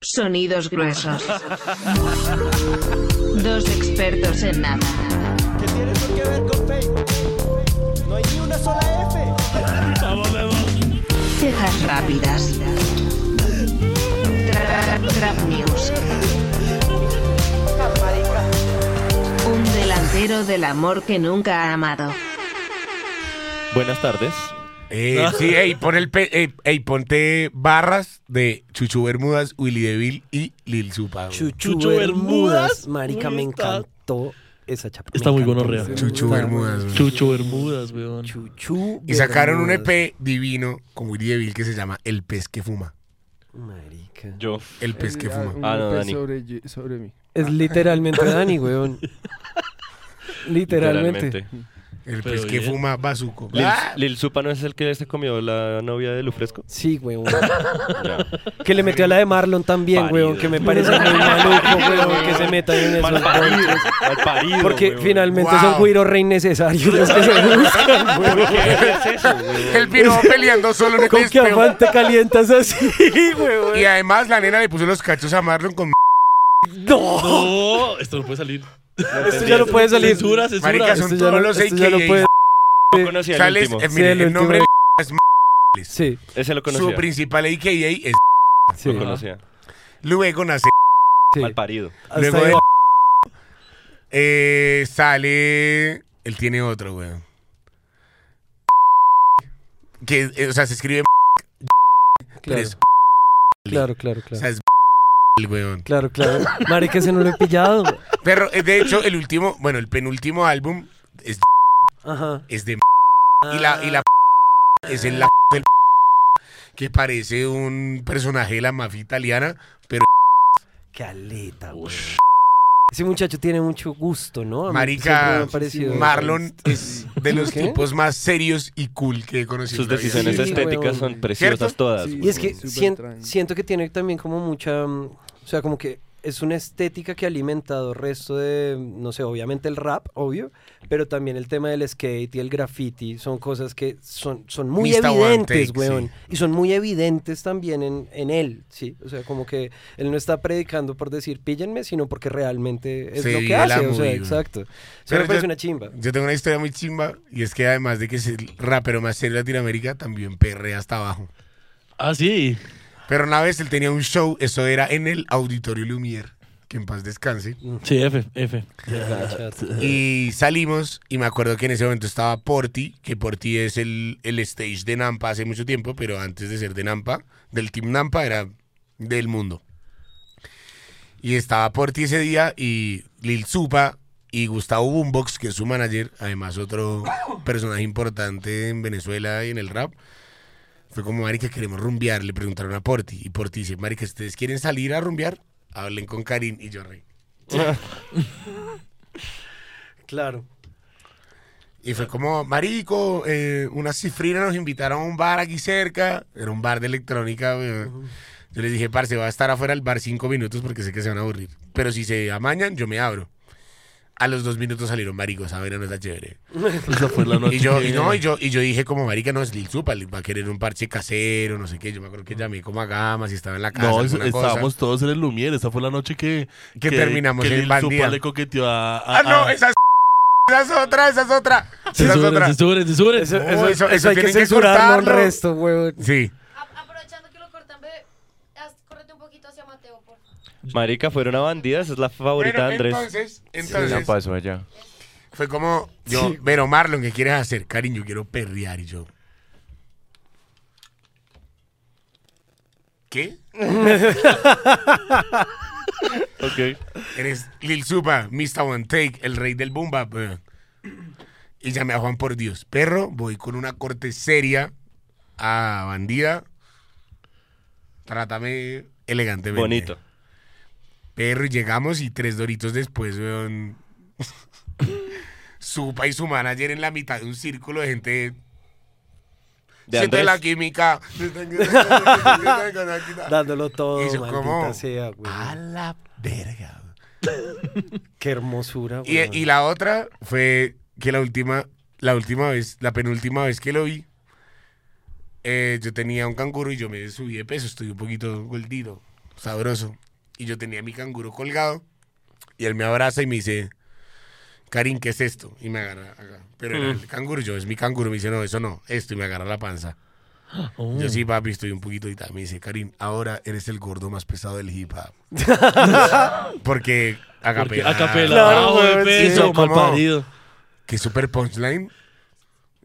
Sonidos gruesos. Dos expertos en nada. ¿Qué tiene por qué ver con Facebook? No hay ni una sola F. Vamos, Cejas rápidas. Tra- tra- Trap News. Un delantero del amor que nunca ha amado. Buenas tardes. Eh, sí, ey, pon el pe- ey, ey, ponte barras de Chuchu Bermudas, Willy Deville y Lil Supa. güey. Chuchu, Chuchu Bermudas. Bermudas. Marica, Uy, me está- encantó esa chapa. Está Me muy encantó gonorrea. ese Chuchu lugar. Bermudas. güey. Chucho Bermudas, weón. Chuchu Y sacaron un E Bermudas. EP divino con Willy Deville que se llama El pez que fuma. Marica. Yo. El pez que Eh, fuma. un Ah, no, pez Dani. Sobre, ye- sobre mí. Es literalmente Dani, weón. literalmente. El Pero pez que bien. fuma bazuco. Ah, Lil, Ah. Lil Supa no es el que se comió la novia de Lufresco. Sí, weón. Que le metió a la de Marlon también, Parido. weón. Que me parece muy maluco, weón. Que se metan en esos ponches. parido, Porque weón. finalmente Wow. son güiros re innecesarios los que se buscan, ¿Por weón. qué harías eso, weón? El piro peleando solo en el Con qué peo. afán te calientas así, weón. Y además la nena le puso los cachos a Marlon con... No. No, esto no puede salir. Esto ya no puede salir. Censura, censura. Marica, Esto son este ya todos no- los esto ya no AKAs. puede- Yo conocí al Sales, último. eh, mire, el el, último nombre es- es... Sí, Ese lo Su conocía. principal AKA es... sí. Lo conocía. Luego nace... sí. Mal parido. Hasta Luego ahí de- va. Eh, sale. Él tiene otro, weón. Que, eh, o sea, se escribe. pero Claro, es. claro, claro, O claro. sea, es. El weón. Claro, claro. Marica, ese no lo he pillado. Pero, eh, de hecho, el último. Bueno, el penúltimo álbum es, Ajá. Ah, es de. Y la. Y la es el la. del que parece un personaje de la mafia italiana. Caleta, güey. Ese muchacho tiene mucho gusto, ¿no? A mí siempre me Marica. ha parecido- Marlon es de los ¿Qué? tipos más serios y cool que he conocido. Sus en la vida. decisiones Sí, estéticas weón. son preciosas ¿Cierto? todas. Sí. Y es que Súper sien- tranqui. siento que tiene también como mucha... mm, O sea, como que es una estética que ha alimentado el resto de, no sé, obviamente el rap, obvio, pero también el tema del skate y el graffiti son cosas que son, son muy Mr. One evidentes, Take, weón. sí. Y son muy evidentes también en, en él, ¿sí? O sea, como que él no está predicando por decir píllenme, sino porque realmente es Sí, lo él que ha hace, o movido. sea, exacto. Eso Pero me parece yo- una chimba. Yo tengo una historia muy chimba y es que además de que es el rapero más serio de Latinoamérica, también perrea hasta abajo. Ah, sí. Pero una vez él tenía un show, eso era en el Auditorio Lumière, que en paz descanse. Sí, F, F. Y salimos y me acuerdo que en ese momento estaba Porti, que Porti es el, el stage de Nampa hace mucho tiempo, pero antes de ser de Nampa, del Team Nampa era del mundo. Y estaba Porti ese día y Lil Supa y Gustavo Boombox, que es su manager, además otro personaje importante en Venezuela y en el rap. Fue como, marica, queremos rumbear, le preguntaron a Porti. Y Porti dice, marica, ¿ustedes quieren salir a rumbear? Hablen con Karim y yo rey. Claro. Y fue como, marico, eh, una cifrina nos invitaron a un bar aquí cerca. Era un bar de electrónica. weón. Yo les dije, parce, va a estar afuera del bar cinco minutos porque sé que se van a aburrir. Pero si se amañan, yo me abro. A los dos minutos salieron maricos, a ver, no está chévere. Esa fue la noche. Y yo, y que- no, y yo, y yo dije como, marica, no, es Lil Supa, Lil va a querer un parche casero, no sé qué. Yo me acuerdo que llamé como a Gama, si estaba en Ah, la casa, No, es- alguna cosa. estábamos todos en el Lumière. Esa fue la noche que. Que terminamos que en Lil Bandida. Supa le coqueteó a. a- Ah, no, a- esa es, esa es otra, esa es otra. Esa es Censuren, otra. censuren, censuren. Eso, No, eso- eso- eso eso hay que tienen que censurarlo el cortarlo. resto, weón. Sí. A- Aprovechando que lo cortan, bebé, haz- córrete un poquito hacia Mateo, por favor. Marica, fueron a bandidas. Esa es la favorita de Bueno, Andrés. entonces, entonces, pasó allá. Fue como, yo, pero Marlon, ¿qué quieres hacer? Cariño, quiero perrear. Y yo, ¿qué? Ok. Eres Lil Supa, Mr. One Take, el rey del boom bap, weón. Y llamé a Juan por Dios. Perro, voy con una corte seria a bandida. Trátame elegantemente. Bonito. Perro, y llegamos y tres doritos después, weón. Supa y su manager en la mitad de un círculo de gente. De Siente la Andrés. química. Dándolo todo, Y yo, maldita ¿cómo? sea, güey. A la verga. Qué hermosura, güey. Y, e- y la otra fue que la última, la última vez, la penúltima vez que lo vi, eh, yo tenía un canguro y yo me subí de peso, estoy un poquito gordito. sabroso. Y yo tenía mi canguro colgado y él me abraza y me dice, Karim, ¿qué es esto? Y me agarra acá. Pero era el canguro, yo, es mi canguro. Me dice, no, eso no, esto. Y me agarra la panza. Yo sí, papi, estoy un poquito y Me dice, Karim, ahora eres el gordo más pesado del hip hop. Porque a Porque capela. a capela. Claro, ah, weón, güey, sí. eso, ¿Cómo? malparido. Que super punchline.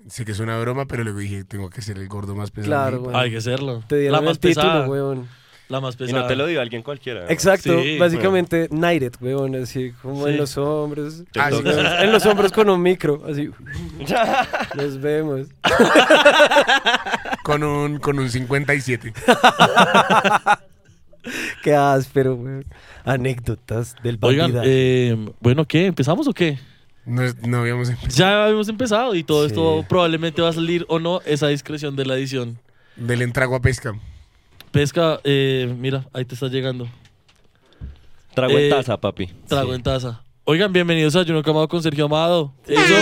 Sé que es una broma, pero luego dije, tengo que ser el gordo más pesado. Claro, del hip hop. güey. Hay que serlo. Te La dieron más el título, pesada. weón. La más Y pesada. no te lo dio alguien cualquiera. ¿no? Exacto, Sí, básicamente knighted, weón, así como en Sí. los hombros. Ah, sí. Weón, En los hombros con un micro, así. Nos vemos. Con un, con un 57. Qué áspero, weón. Anécdotas del Oigan, bandida. eh, bueno, ¿qué? ¿Empezamos o qué? No, es- no habíamos empezado. Ya habíamos empezado y todo Sí. esto probablemente va a salir o no esa discreción de la edición. Del entrago a pesca. Pesca, eh, mira, ahí te está llegando. Trago Eh, en taza, papi. Trago en taza. Oigan, bienvenidos a Juno Camado con Sergio Amado. ¡Eso!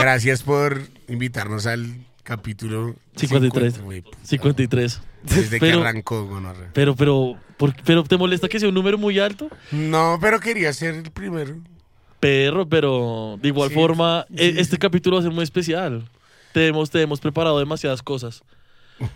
Gracias por invitarnos al capítulo 53. 50, güey, puta. 53. Desde Pero- que arrancó, gonorrea. Pero, pero, ¿por qué- pero ¿te molesta que sea un número muy alto? No, pero quería ser el primero. Perro, pero de igual Sí, forma, e- sí. este capítulo va a ser muy especial. Te hemos, te hemos preparado demasiadas cosas.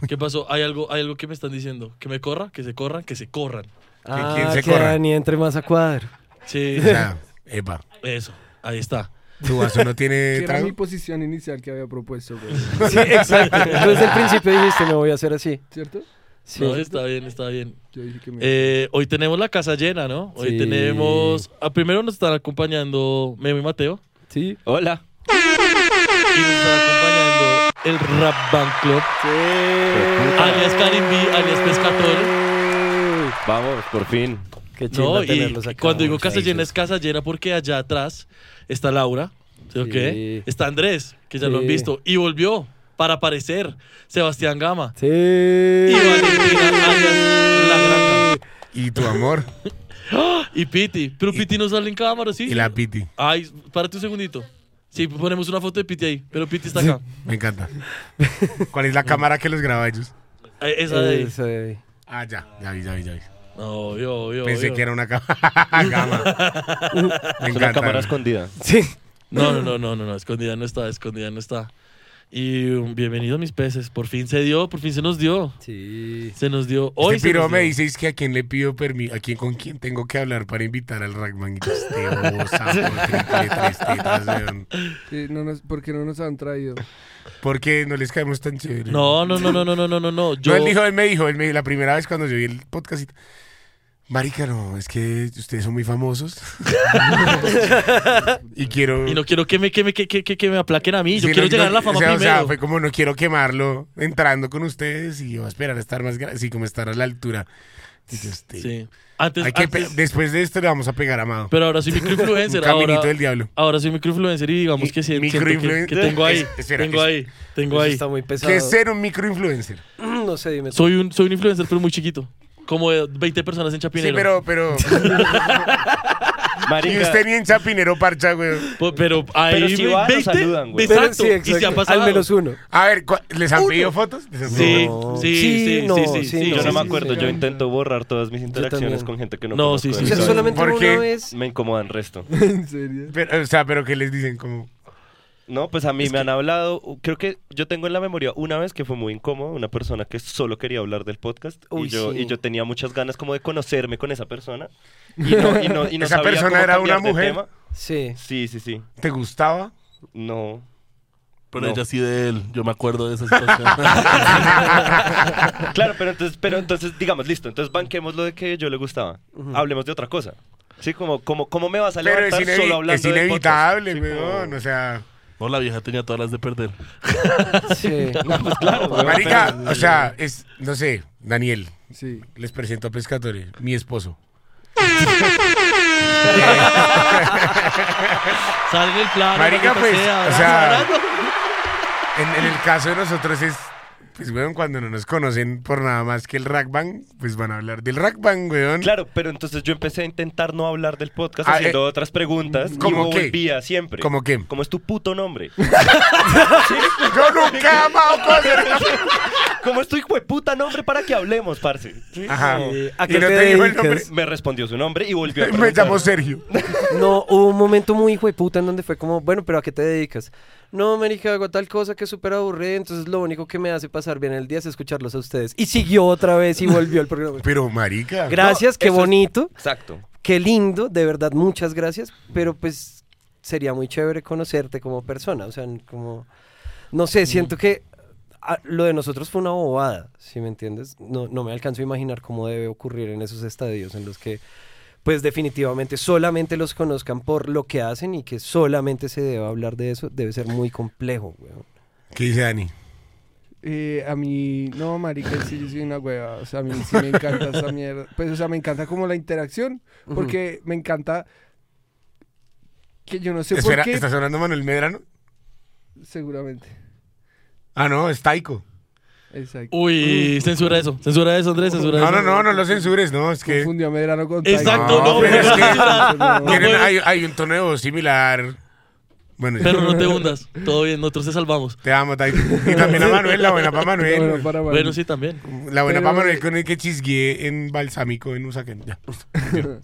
¿Qué pasó? Hay algo, hay algo que me están diciendo. Que me corra, que se corran, que se corran. ah, quién se que corra? Dani entre más a cuadro. Sí, O sea, epa, eso. Ahí está. ¿tu vaso no Que tiene era mi trago? posición inicial que había propuesto, güey. Sí, exacto. Desde el principio dijiste, me voy a hacer así. ¿Cierto? Sí. No, está bien, está bien. Yo dije que me... Eh, hoy tenemos la casa llena, ¿no? Hoy Sí. tenemos. ah, primero nos están acompañando Meme y Mateo. Sí. Hola. Y nos están acompañando el Rap Band Club. Alias Karim B, alias Pescatol. Vamos, por fin. Qué chido No, y tenerlos acá. cuando digo muchachos. casa llena es casa llena porque allá atrás está Laura. ¿sí o qué? Sí. Está Andrés, que ya lo han Sí. visto. Y volvió para aparecer Sebastián Gama. Sí. Y Valentina, alias La Granja. Y tu amor, Y Piti. Pero Piti no sale en cámara, ¿sí? y la piti. Ay, párate un segundito. Sí, ponemos una foto de Piti ahí, pero Piti está acá. Me encanta. ¿Cuál es la cámara que los graba ellos? Eh, Esa de ahí. Eso de ahí. Ah, ya, ya vi, ya vi, ya vi. Obvio, obvio, Pensé obvio. que era una cámara. Gama. Me Es una encanta. cámara escondida. Sí. No, no, no, no, no, no, escondida no está, escondida no está. Y um, bienvenido mis peces, por fin se dio, por fin se nos dio. Sí. Se nos dio. Hoy Este se piro nos me dio. dice es que a quién le pido permiso, a quién con quién tengo que hablar para invitar al Ragman. Y yo, este osazo, triple, tres tetas, weón. Sí, no nos- ¿Por qué no nos han traído? ¿Por qué no les caemos tan chévere? No, no, no, no, no, no, no, no, no. Yo él dijo, él me dijo, él me dijo, la primera vez cuando yo vi el podcast, marica, no, es que ustedes son muy famosos. y quiero... y no quiero que me que me que, que, que- que me aplaquen a mí, yo sí, quiero no, llegar no, a la o fama sea, o sea, primero. fue como no quiero quemarlo entrando con ustedes y yo voy a esperar a estar más grande, así como estar a la altura. Y yo, este, Sí. Antes, hay que pe- antes- después de esto le vamos a pegar a Amado. pero ahora soy microinfluencer, Un caminito ahora del diablo. ahora soy microinfluencer y digamos Mi- que sí, siento que- que, microinfluen- tengo ahí, Es- espera, tengo es- ahí, tengo Eso ahí. está muy pesado. ¿Qué es ser un microinfluencer? No sé, dime. tú. Soy un, soy un influencer, pero muy chiquito. Como de 20 personas en Sí, Chapinero. pero, pero. Marica. Y usted ni en Chapinero parcha, güey. Po- pero ahí Pero si van, nos 20, saludan, güey. Pero Exacto, sí, exacto. Y se ha pasado. Al menos uno. A ver, ¿cu- ¿les han pedido fotos? ¿Les han Sí, pedido No. sí, Sí, sí, no, sí, sí, sí, sí, Yo sí, no me sí, acuerdo, sí. yo intento borrar todas mis interacciones también. con gente que no No, conozco. sí, sí, O sea, sí. entonces solamente ¿Por una qué? vez. Me incomodan resto. ¿En serio? Pero, o sea, pero que les dicen como. No, pues a mí me han hablado, u- creo que yo tengo en la memoria una vez que fue muy incómodo, una persona que solo quería hablar del podcast Uy, y, yo, sí. y yo tenía muchas ganas como de conocerme con esa persona. Y no, y no, y no Esa sabía persona cómo era cambiar una de mujer. tema. Sí. Sí, sí, sí. ¿Te gustaba? No. Pero No. ella sí de él. Yo me acuerdo de esa situación. Claro, pero entonces, pero entonces digamos, listo, entonces banquemos lo de que yo le gustaba. Hablemos de otra cosa. Sí, como, como, ¿cómo me vas a Pero es, levantar inevi- solo hablando es del inevitable, podcast? Sí, como- weón. O sea. no, la vieja tenía todas las de perder. Sí. No, pues claro, weón, Marica, o sea, es. No sé, Daniel, Sí. les presento a Pescatore, mi esposo. Salga el plan. Marica, maldita pues, sea, o sea, En, en el caso de nosotros es Pues, weón, cuando no nos conocen por nada más que el rack bang, pues van a hablar del rack bang, weón. Claro, pero entonces yo empecé a intentar no hablar del podcast Ah, haciendo eh, otras preguntas ¿cómo y qué? volvía siempre. ¿Cómo qué? ¿Cómo es tu puto nombre? Yo nunca he amado cosas. ¿Cómo es tu hijo de puta nombre para que hablemos, parce? Sí. Ajá. Eh, ¿A Y qué no te te digo el dedicas? nombre. Me respondió su nombre y volvió a Me preguntar. llamo Sergio. No, hubo un momento muy hijo de puta en donde fue como, bueno, pero ¿a qué te dedicas? No, marica, hago tal cosa que es súper aburrida, entonces lo único que me hace pasar bien el día es escucharlos a ustedes. Y siguió otra vez y volvió al programa. Pero, marica. Gracias, qué eso es- bonito, Exacto. qué lindo, de verdad, muchas gracias, pero pues sería muy chévere conocerte como persona, o sea, como, no sé, siento que ah, lo de nosotros fue una bobada, si me entiendes, no, no me alcanzo a imaginar cómo debe ocurrir en esos estadios en los que pues definitivamente solamente los conozcan por lo que hacen y que solamente se deba hablar de eso, debe ser muy complejo, weón. ¿Qué dice Dani? Eh, a mí, no, marica, sí, yo soy una hueva. O sea, a mí sí me encanta esa mierda. Pues, o sea, me encanta como la interacción. Porque me encanta que yo no sé Espera, por qué. ¿está sonando Manuel Medrano? Seguramente. Ah, no, es Taiko. Exacto. Uy, censura eso. Censura eso, Andrés, censura No, eso. no, no, no lo censures, no, es que Confundió a Medrano con Exacto, Taika. no, No, pero es que- No, no, tienen- puede- hay, hay un tono de voz similar. Bueno, Pero no te hundas. Todo bien, nosotros te salvamos. te amo, Taiko. Y también a Manuel, la buena para Manuel. Bueno, para Manuel. Bueno, sí, también. La buena Pero- para Manuel con el que chisgué en balsámico en Usaquén. Ya.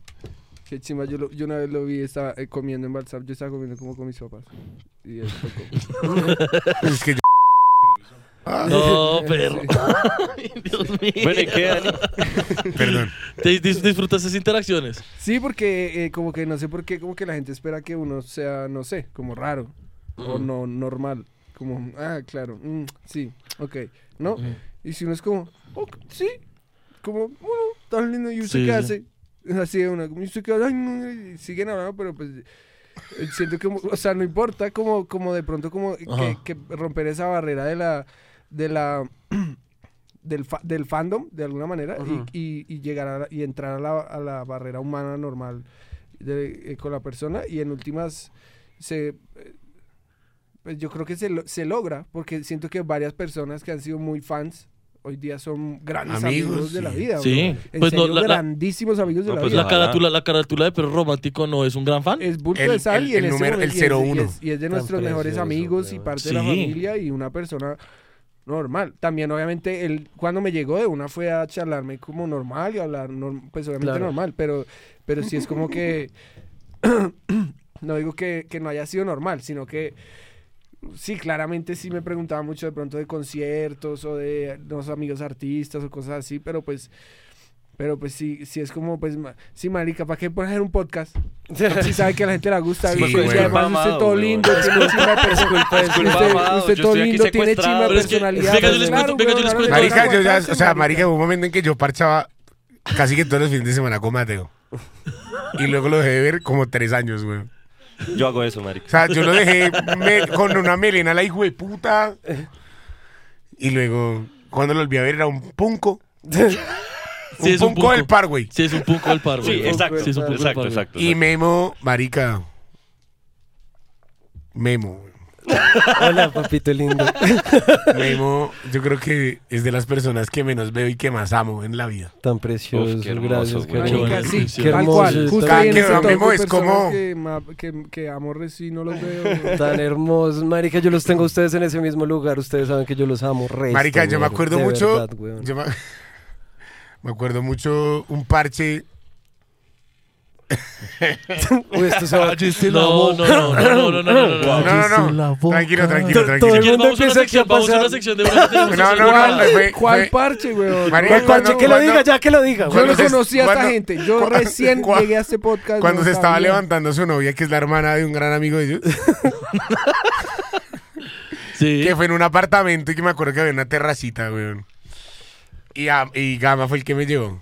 Qué chimba, yo, lo- yo una vez lo vi, estaba eh, comiendo en Balsam, yo estaba comiendo como con mis papás. Y él tocó. Es que yo- Ah. No, perro. Sí. Ay, Dios mío. Bueno, ¿y qué, Dani? Perdón. ¿Te dis- disfrutas esas interacciones? Sí, porque eh, como que no sé por qué, como que la gente espera que uno sea, no sé, como raro o no normal. Como, ah, claro, mm, sí, ok, ¿no? Y si uno es como, ok, sí, como, bueno, tan lindo, ¿y usted Sí, qué sí. hace? Así de una, como, ¿y usted qué hace? Ay, no, y siguen hablando, pero pues eh, siento que, o sea, no importa, como, como de pronto, como que, Ajá. que romper esa barrera de la, de la, del, fa- del fandom de alguna manera y- Ujú. y, y llegar a la- y entrar a la, a la barrera humana normal de- eh, con la persona y en últimas se eh, pues yo creo que se, lo- se logra porque siento que varias personas que han sido muy fans hoy día son grandes amigos, Amigos, de la sí. vida Sí. bro. en Pues no, serio, la- la- grandísimos amigos de No, la pues vida La Ojalá. carátula, la carátula de Perro Romántico no es un gran fan. es bulto El- de sal el- y el en ese número- el momento- y es- 01. Y es, y es de Tan nuestros mejores precioso, amigos y weón. parte de la Sí. familia y una persona normal. También, obviamente, él cuando me llegó de una fue a charlarme como normal y hablar, norm- pues obviamente Claro. normal, pero, pero sí es como que. no digo que, que no haya sido normal, sino que. Sí, claramente sí me preguntaba mucho de pronto de conciertos o de los amigos artistas o cosas así, pero pues, pero pues sí, sí es como, pues, ma- sí, marica, ¿para qué poner un podcast? Si sabe que a la gente le gusta. Sí, y güey. además Amado, usted todo güey. lindo, tiene chimba personalidad. disculpa, amado, pues, yo Usted, usted todo estoy aquí lindo, tiene secuestrado. chimba Pero es que- personalidad. pues, venga, yo les Claro, cuento, venga, yo les güey, cuento. ahora Marica, no yo ya, aguantarse, o sea, marica. marica, hubo un momento en que yo parchaba casi que todos los fines de semana con Mateo. Y luego lo dejé de ver como tres años, güey. O Yo hago eso, marica. sea, yo lo dejé me- con una melena, la hijo de puta. Y luego, cuando lo volví a ver, era un punco. Sí, es un un punco del punco. par, güey. Sí, es un punco del par, güey. Sí, exacto. Sí, es un punco del exacto, par, güey. exacto. Y Memo, marica. Memo, güey. Hola, Ah, papito lindo. Memo, yo creo que es de las personas que menos veo y que más amo en la vida. Tan precioso, Uf, qué hermoso, gracias, güey. cariño. Marica, sí, Qué tal hermoso cual. está. Justo Cada ahí en Ah, que ese veo a top de Memo es personas como- Que, ma- que, que amo recién, no los veo. Tan hermosos, marica, yo los tengo a ustedes en ese mismo lugar, ustedes saben que yo los amo, resto, Marica, yo me weón, acuerdo de mucho. verdad, weón. yo me, me acuerdo mucho un parche. Uy, esto se va- No, no, no, no, no, no, no, no, No, no. no, no. Tranquilo, tranquilo, Todo el tranquilo. ¿Quién mundo vamos empieza aquí a una a sección? Vamos a pasar. una sección de una No, no, no. Fue, ¿Cuál fue- parche, weón? Marica, ¿Cuál parche? cuando- que lo cuando- diga, ya que lo diga. Yo weón. no cuando se- conocía a esta cuando- gente. Yo cuando- recién cuando- llegué a este podcast. cuando no se estaba sabía. levantando su novia, que es la hermana de un gran amigo de ellos, Sí. que fue en un apartamento y que me acuerdo que había una terracita, weón. Y, a- y Gama fue el que me llevó.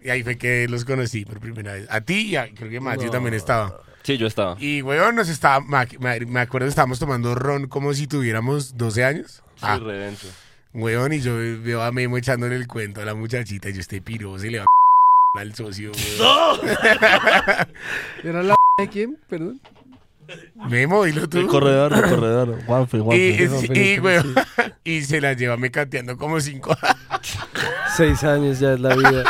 Y ahí fue que los conocí por primera vez. A ti y a- creo que Matthew también estaba. Sí, yo estaba. Y, weón, nos estaba. ma- ma- Me acuerdo que estábamos tomando ron como si tuviéramos 12 años. Sí, Ah, re denso. Weón, y yo veo a Memo echándole el cuento a la muchachita y yo este piro se le va al socio, weón. ¿Era la de quién? Perdón. Memo, dilo tú. El corredor, el corredor. Juanfe, Y, Juanfe. es- y, weón, y se la lleva mecateando como cinco Seis años ya es la vida.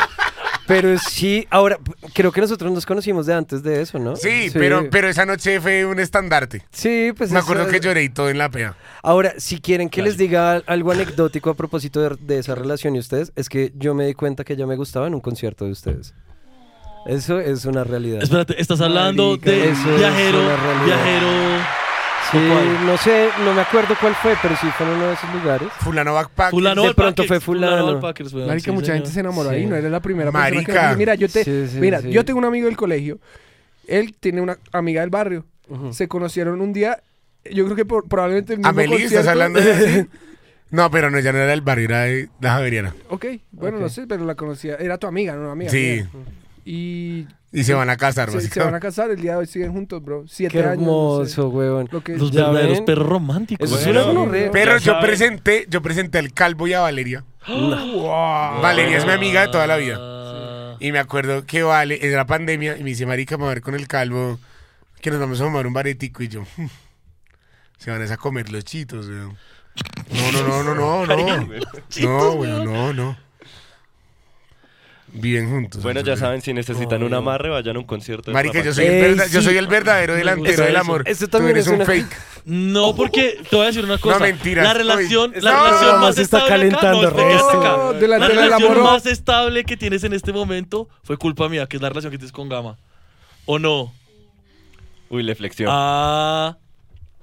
Pero sí, ahora, creo que nosotros nos conocimos de antes de eso, ¿no? Sí, Pero, pero esa noche fue un estandarte. Sí, pues Me eso- acuerdo que lloré y todo en la pea. Ahora, si quieren que les diga algo anecdótico a propósito de, de esa relación y ustedes, es que yo me di cuenta que ya me gustaba en un concierto de ustedes. Eso es una realidad. Espérate, estás hablando Marica, de eso es viajero, una realidad. viajero, Sí, ¿Cuál? no sé, no me acuerdo cuál fue, pero sí fue en uno de esos lugares. Fulano Backpack. fulano de al pronto Packers, fue fulano. al Packers, weón, Marica, sí, mucha señor. gente se enamoró Sí. ahí, no eres la primera persona que Marica. le dice, mira, yo te, Sí, sí, mira, sí. yo tengo un amigo del colegio, él tiene una amiga del barrio, Ujú. se conocieron un día, yo creo que por- probablemente el mismo Amelie, estás concierto. hablando de... No, pero no, ya no era el barrio, era de la Javeriana. Ok, bueno, no sé, pero la conocía, era tu amiga, no una amiga. Sí, mía. Y y se van a casar, se, se van a básicamente. casar, el día de hoy siguen juntos, bro, siete Qué años. no sé. hermoso, huevón. Lo que- Los Ya verdaderos ven. perros románticos. Eso es Bueno. una gonorrea. Pero Ya yo saben. presenté, yo presenté al Calvo y a Valeria. Valeria es mi amiga de toda la vida. vida. Y me acuerdo que Vale, era pandemia, y me dice, marica, vamos a ver con el Calvo, que nos vamos a tomar un baretico, y yo... "Hmm, Se van a comer los chitos, weón. No, no, no, no, no, no. No, weón, no, no. Viven juntos. Bueno, ya entonces, saben, si necesitan un amarre, vayan a un concierto. de Marica, Rafa. yo soy, el Ey, verda- yo Eh, sí. soy el verdadero delantero gusta del eso. amor. Eso Tú también eres es un una- fake. No, porque te voy a decir una cosa. mentiras, La relación, estoy- la No, relación más se está estable calentando, acá, no, espérate resto. acá. No, La delantero del relación amor. más estable que tienes en este momento fue culpa mía, que es la relación que tienes con Gama. ¿O no? Uy, le flexión. Ah.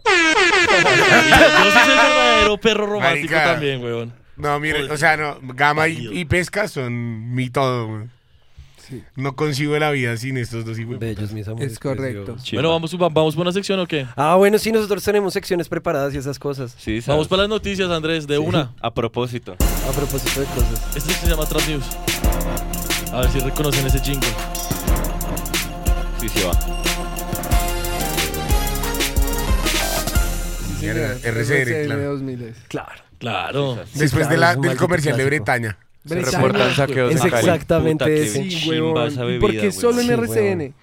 Yo sí soy el verdadero perro romántico Marica. también, weón. Pues, No, mire, o sea, no, gama y, y pesca son mi todo. güey. No consigo la vida sin estos dos hijos. Bellos, mis amores. Es correcto. preciosos. Chimba. Bueno, vamos, va- vamos por una sección o qué? Ah, bueno, sí, nosotros tenemos secciones preparadas y esas cosas. Sí, ¿sabes? Vamos para las noticias, Andrés, de una. A propósito. A propósito de cosas. Este se llama Trans News. A ver si reconocen ese jingle. Sí, sí va. RCR, claro. 2000. Claro. Claro. Después claro, de es la, un del maldito comercial de clásico. Bretaña. Se Brecha, reportan güey. saqueos Es en Cali. Puta, exactamente qué eso. Sí, chimba huevón. esa ¿Y bebida, por qué güey. solo en Sí, RCN?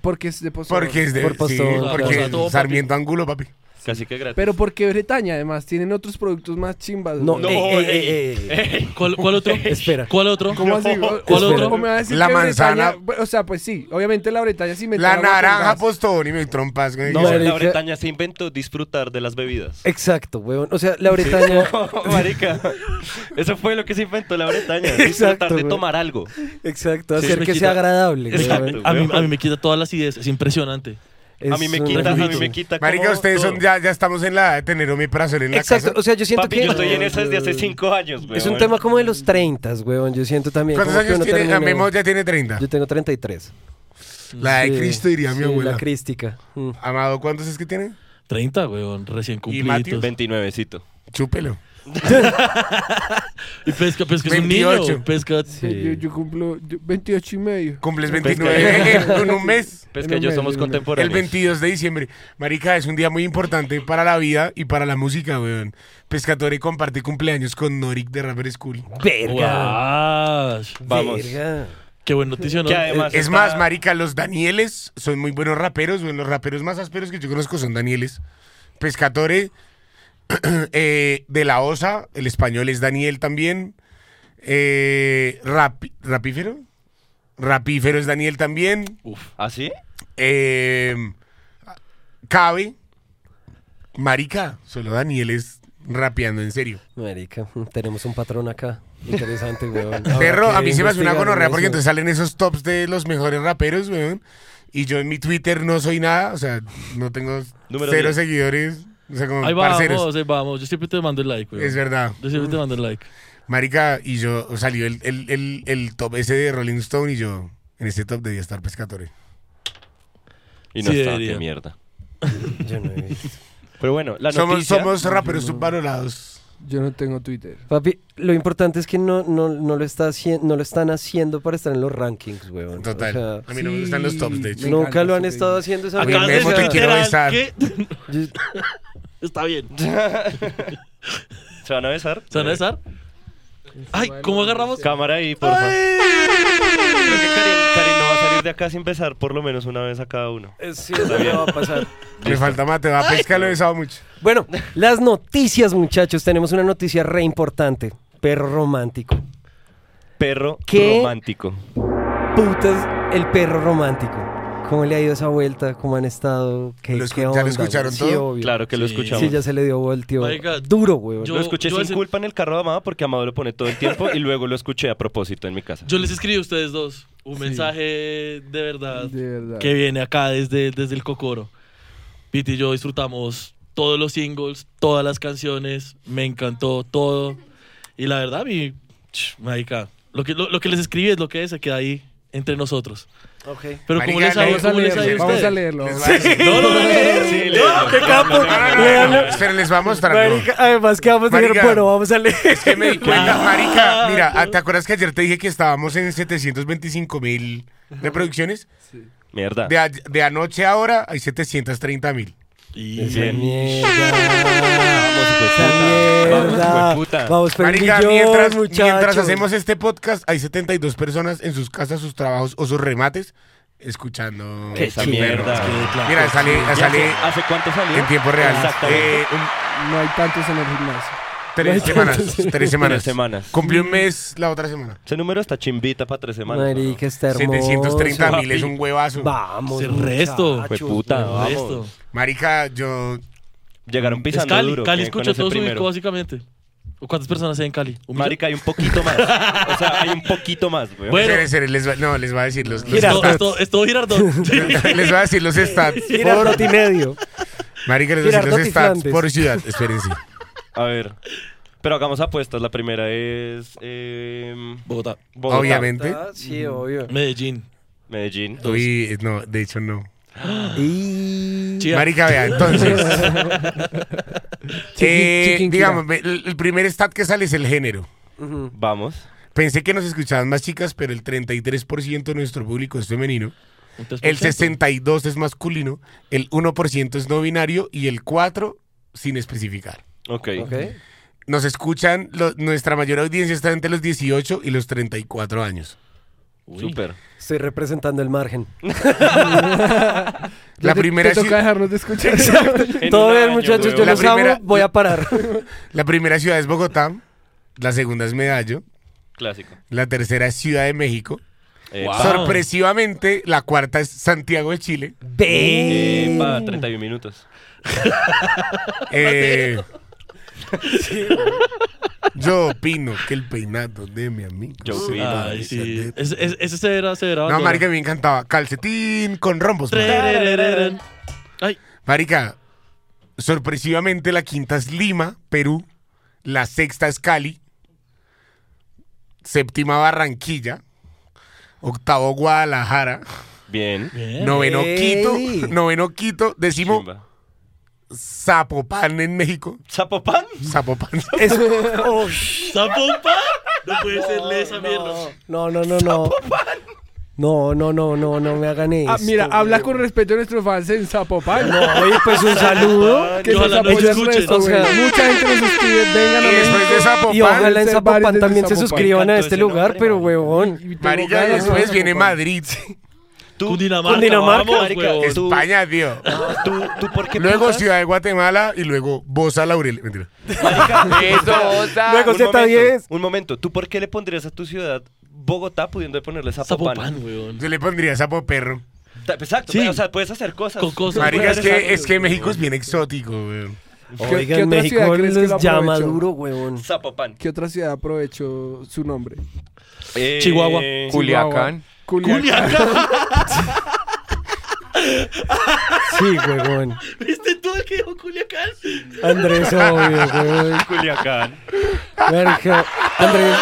Porque es de Pozo Porque es de. Por sí, postón, porque claro. Sarmiento Angulo, papi. Casi que gratis. Pero porque Bretaña, además, tienen otros productos más chimbas. No, eh, güey. ey, ey, ey, ey. ¿Cuál, cuál otro? Espera. ¿Cuál otro? ¿Cómo así? O- ¿Cuál o- otro? o me va a decir La que manzana. Bretaña- o sea, pues sí, obviamente la Bretaña sí me La naranja pues. postón y me trompas. güey. No, Marica. la Bretaña se inventó disfrutar de las bebidas. Exacto, huevón. O sea, la Bretaña. Marica, eso fue lo que se inventó la Bretaña. Exacto, Disfrutar de güey. tomar algo. Exacto, Sí, hacer me que quita- sea agradable. Exacto. huevón. A mí, a mí me quita todas las ideas, es impresionante. A mí me Es un quita, a mí refugio. me quita. como Marica, ustedes son, todo. ya, ya estamos en la edad de tener omeprazol en la Exacto, casa. o sea, yo siento Papi, que. yo estoy en eso desde hace cinco años, güey. Es un tema como de los 30, huevón. Yo siento también. ¿Cuántos como que años uno tiene? La termina- Memo ya tiene 30. Yo tengo 33. La Ah, de Sí, Cristo, diría sí, mi abuela. La crística. Mm. Amado, ¿cuántos es que tiene? 30, weón, recién Matthew? cumplidos. 29cito. Chúpelo. Y pesca, pesca es un 28. niño. Pesca. Yo, yo cumplo yo- 28 y medio. Cumples Pues 29 que- en un mes. Pues En que un yo mes, somos en un mes. El contemporáneos. 22 de diciembre. Marica, es un día muy importante para la vida y para la música, weón. Pescatore comparte cumpleaños con Norik de Rapper School. Verga. Guau, Vamos. Verga. Qué buena noticia, ¿no? eh, Que además Es está- más, marica, los Danieles son muy buenos raperos, weón. Los raperos más ásperos que yo conozco son Danieles. Pescatore eh, de la Osa, el español es Daniel también. Eh, Rapi- ¿Rapífero? Rapífero es Daniel también. ¿Ah, sí? Eh, cabe. Marica, solo Daniel es rapeando en serio. Marica, mm, tenemos un patrón acá. Interesante, weón. Habrá Perro, que a mí se me hace una investigar gonorrea porque eso. entonces salen esos tops de los mejores raperos, weón. Y yo en mi Twitter no soy nada, o sea, no tengo Número cero diez. seguidores, o sea, como Ahí vamos, parceros. ahí vamos. Yo siempre te mando el like, weón. Es verdad. Yo siempre te mando el like. Marica, y yo salió el, el- el- el top ese de Rolling Stone y yo, en ese top debía estar Pescatore. Y no Sí, está, debería. qué mierda. Yo no he visto. Pero bueno, la Somos, noticia... somos raperos subvalorados. Yo no tengo Twitter. Papi, lo importante es que no, no, no, lo está haci- no lo están haciendo para estar en los rankings, weón. O Total. sea, a mí no me gustan los tops, de hecho. Me nunca encanta lo han ese estado video. haciendo esa A mí mierda. Acabas de Memo, te decir quiero literal besar. que- Yo- Está bien. ¿Se van a besar? ¿Se van a besar? Ay, ¿cómo agarramos? Cámara y porfa. Creo que Karin, Karin no va a salir salir de acá sin besar por lo menos una vez a cada uno. Eh, Sí, eso ya va a pasar. Me falta Mateo. A pesca lo he besado mucho. Bueno, las noticias, muchachos. Tenemos una noticia re importante. Perro romántico. Perro ¿Qué? romántico. Putas, el perro romántico. ¿Cómo le ha ido esa vuelta? ¿Cómo han estado? ¿Qué, ¿Lo escu- qué ya lo onda, escucharon güey? Sí, todo? obvio. Claro que lo Sí. escuchamos. Sí, ya se le dio vuelta. güey. Marica, Duro, güey. yo- Lo escuché yo sin hace- culpa en el carro de Amado porque Amado lo pone todo el tiempo y luego lo escuché a propósito en mi casa. Yo les escribí a ustedes dos un mensaje de verdad De verdad. que viene acá desde, desde el Cocoro. Piti y yo disfrutamos todos los singles, todas las canciones, me encantó todo. Y la verdad, mi. ch, Marica, lo que, lo, lo que les escribí es lo que es, se queda ahí entre nosotros. Ok. Pero Marica, como les ha ido- Vamos a cómo les ha ido leerlo. a Vamos a ustedes? leerlo. Les va a decir. No, no, no, no, no, Sí, no, le- ¡Qué capo! Lean- Pero les va a mostrar. no. Marica, además que vamos a decir, Marica. bueno, vamos a leer. Es que me di cuenta, marica. Mira, ah, ¿te acuerdas que ayer te dije que estábamos en 725 mil reproducciones? Mierda. De, a- de anoche a ahora hay 730 mil. Y Esa bien. Eh, Mierda. Vamos, Mierda. puta. Vamos, por el Marica, millón, mientras, muchachos. mientras hacemos este podcast, hay 72 personas en sus casas, sus trabajos o sus remates escuchando. Qué esa su perro. mierda. Mira, sale, sale ¿Hace, hace cuánto salió? en tiempo real. Exactamente. Eh, un- No hay tantos en el gimnasio. tres, semanas, tres semanas. Tres semanas. Cumplió un mes la otra semana. Ese número está chimbita para tres semanas. Marica, está hermoso. 730 mil es papi. un huevazo. Vamos, Ese resto. muchachos, Fue puta. güey. Vamos. Esto. Marica, yo Llegaron Es pisando Cali, duro. Cali que- con escucha ese todo su primero. disco básicamente. ¿O ¿Cuántas personas hay en Cali? ¿Un millón? Marica, hay un poquito más. O sea, hay un poquito más, güey. Bueno. Espere, espere, les va, no, les va a decir los, los Mira, Esto, stats. esto, esto Girardot. Sí. les va a decir los stats. Gira Por, roti medio. marica, les va a decir los Girardot y stats Flandes. por ciudad. Espérense. A ver. Pero hagamos apuestas. La primera es. eh, Bogotá. Bogotá, Obviamente. Ah, Sí, obvio. Medellín. Medellín. Uy, no, de hecho no. Y... Chía. Marica, vea, entonces. eh, Chiqui- chiquinquirá. digamos, ve, el el primer stat que sale es el género. Ujú. Vamos. Pensé que nos escuchaban más chicas, pero el 33% de nuestro público es femenino, Un 3%. el 62% es masculino, el 1% es no binario y el 4% sin especificar. Ok. Ok. Nos escuchan, lo- nuestra mayor audiencia está entre los 18 y los 34 años. Uy. Súper. Estoy representando el margen. La Te- primera, Te toca ciu- dejarnos de escuchar. En Todo un bien, año, muchachos, yo La los huevón. primera- amo, voy a parar. la primera ciudad es Bogotá, la segunda es Medallo, Clásico. la tercera es Ciudad de México, Eh, Wow. pa- sorpresivamente la cuarta es Santiago de Chile, eh, Ve. pa, 31 minutos. Eh, yo opino que el peinado de mi amigo. Yo se opino. parece Ay, al sí. de- Ese, ese, ese severa, severa. No, bandera. marica, me encantaba. Calcetín con rombos. marica. Trererereren. Ay, Marica, sorpresivamente la quinta es Lima, Perú. La sexta es Cali. Séptima Barranquilla. Octavo Guadalajara. Bien. bien. Noveno Ey. Quito. Noveno Quito. Décimo Chimba. Zapopan en México. ¿Zapopan? Zapopan. Es- Oh, sh- ¡Zapompa! No puede serle esa mierda. no, no, no, no. No, no, no, no, no me hagan eso. Ah, mira, habla con respeto a nuestros fans en Zapopan. No, oye, pues un saludo. que Ojalá nos no apoye el escuchen. resto, O güey. sea- Mucha gente nos escribe, vengan a Y después de México. Zapopan. Y ojalá en Ser varios Zapopan desde también se Zapopan. suscriban a Canto este ese nombre, lugar, pero marica. huevón. Y tengo Marica, ganas de después Zapopan. viene Madrid. ¿Tú, Cundinamarca, Cundinamarca, vamos, marica, huevón. es- Tú- España, tío. ¿Tú, tú por qué Luego putas? Ciudad de Guatemala y luego Bosa Laurel. Mentira. Luego Un Z10. momento, Un momento, ¿tú por qué le pondrías a tu ciudad Bogotá pudiendo ponerle Zapopan? Zapopan, weón. Yo le pondría sapo perro. Ta- Exacto, Sí. pero, o sea, puedes hacer cosas. Con cosas. Marica, es que, Exacto, es que México es bien exótico, weón. ¿Qué- Oiga, qué en otra ciudad México crees que lo les llama aprovechó? duro, huevón. Zapopan. ¿Qué otra ciudad aprovechó su nombre? Eh, Chihuahua. Culiacán. Culiacán. Sí, huevón. ¿Viste tú el que dijo Culiacán? Andrés, obvio, huevón. Culiacán. Verga. Andrés.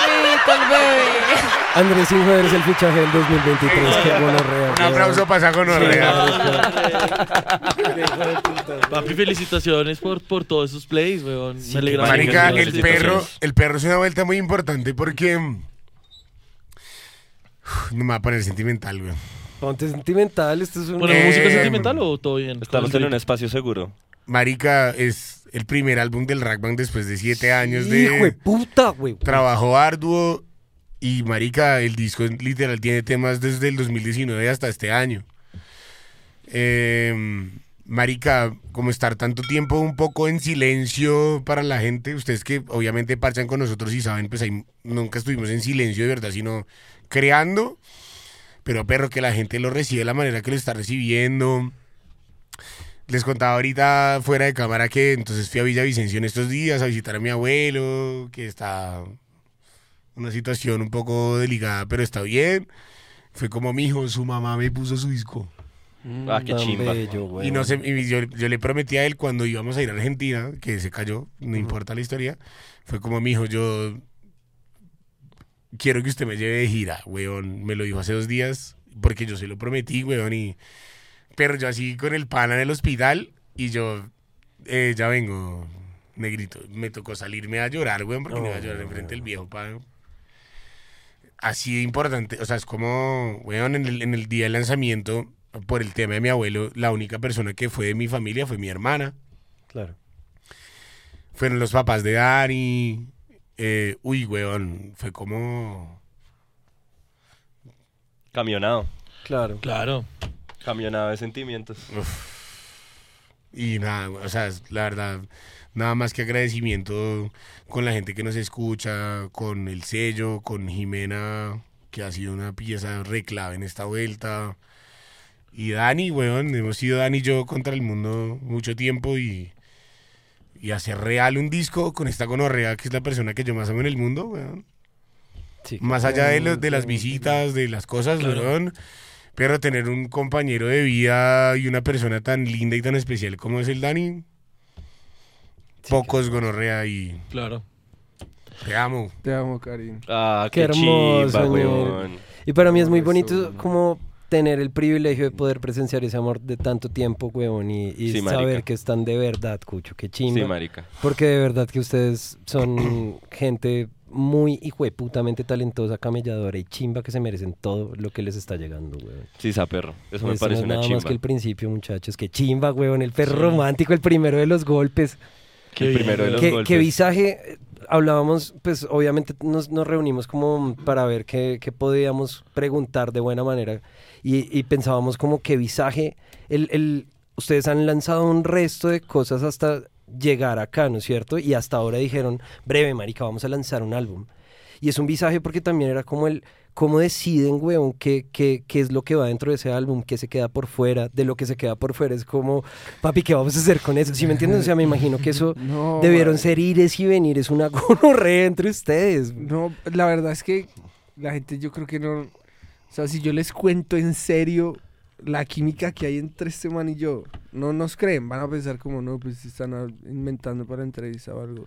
Andrés sin joder es el fichaje del 2023. Qué bueno, real. Un aplauso para Saco Norrea. Papi, felicitaciones por, por todos esos plays, weón. Me alegra. Marica, Marica, el sí, perro, sí. el perro es una vuelta muy importante porque. mm, uf, No me va a poner sentimental, weón. Ponte sentimental. Esto es un. Bueno, Eh, ¿música sentimental o todo bien? Estamos en un espacio seguro. Marica es el primer álbum del Rack Band después de siete años Hijo de de puta, güey. trabajo arduo, Y marica, el disco literal tiene temas desde el 2019 hasta este año. Eh, marica, como estar tanto tiempo un poco en silencio para la gente, ustedes que obviamente parchan con nosotros y saben, pues ahí nunca estuvimos en silencio de verdad, sino creando. Pero perro, que la gente lo recibe de la manera que lo está recibiendo. Les contaba ahorita fuera de cámara que entonces fui a Villavicencio en estos días a visitar a mi abuelo, que está una situación un poco delicada, pero está bien. Fue como mi hijo, su mamá me puso su disco. Ah, qué Tan chimba. bello, güey. Y no sé, y yo, yo le prometí a él cuando íbamos a ir a Argentina, que se cayó, no importa la historia, fue como mi hijo, yo quiero que usted me lleve de gira, weón. Me lo dijo hace dos días, porque yo se lo prometí, weón, y pero yo así con el pana en el hospital, y yo eh, ya vengo, negrito. Me tocó salirme a llorar, weón, porque no iba a llorar enfrente del viejo pana. Así de importante, o sea, es como, weón, en el, en el día del lanzamiento, por el tema de mi abuelo, la única persona que fue de mi familia fue mi hermana. Claro. Fueron los papás de Dani. eh, uy, weón, fue como... Camionado. Claro. Claro. Camionado de sentimientos. Y nada, o sea, es- la verdad, nada más que agradecimiento con la gente que nos escucha, con el sello, con Jimena, que ha sido una pieza reclave en esta vuelta. Y Dani, weón, hemos sido Dani y yo contra el mundo mucho tiempo y, y hacer real un disco con esta gonorrea, que es la persona que yo más amo en el mundo, weón. Sí. Más allá de, los, de las visitas, de las cosas, weón. Pero tener un compañero de vida y una persona tan linda y tan especial como es el Dani. Pocos gonorrea y Claro. te amo. Te amo, Karim. Ah, Qué qué, hermoso, chimba, güey. weón. Y para mí es muy Eso, bonito güey. como tener el privilegio de poder presenciar ese amor de tanto tiempo, weón, y, y Sí, marica. saber que están de verdad, cucho, qué Sí, chimba. marica. porque de verdad que ustedes son gente muy hijueputamente talentosa, camelladora y chimba que se merecen todo lo que les está llegando, weón. Sí, esa perro. Eso me Esto parece Pues no es una nada más chimba. que el principio, muchachos, que chimba, weón, el perro romántico, el primero de los golpes. Qué el bien, primero de los que, golpes. que visaje, eh, hablábamos, pues obviamente nos, nos reunimos como para ver qué, qué podíamos preguntar de buena manera y, y pensábamos como que visaje, el, el- ustedes han lanzado un resto de cosas hasta llegar acá, ¿no es cierto? Y hasta ahora dijeron, breve, marica, vamos a lanzar un álbum. Y es un visaje porque también era como el, cómo deciden, weón, qué, qué, qué es lo que va dentro de ese álbum, qué se queda por fuera, de lo que se queda por fuera, es como, papi, ¿qué vamos a hacer con eso? ¿Sí me entienden? O sea, me imagino que eso No, debieron man. ser ires y venires, una gonorrea entre ustedes. No, la verdad es que la gente yo creo que no... O sea, si yo les cuento en serio la química que hay entre este man y yo, no nos creen, van a pensar como, no, pues están a- inventando para entrevista o algo.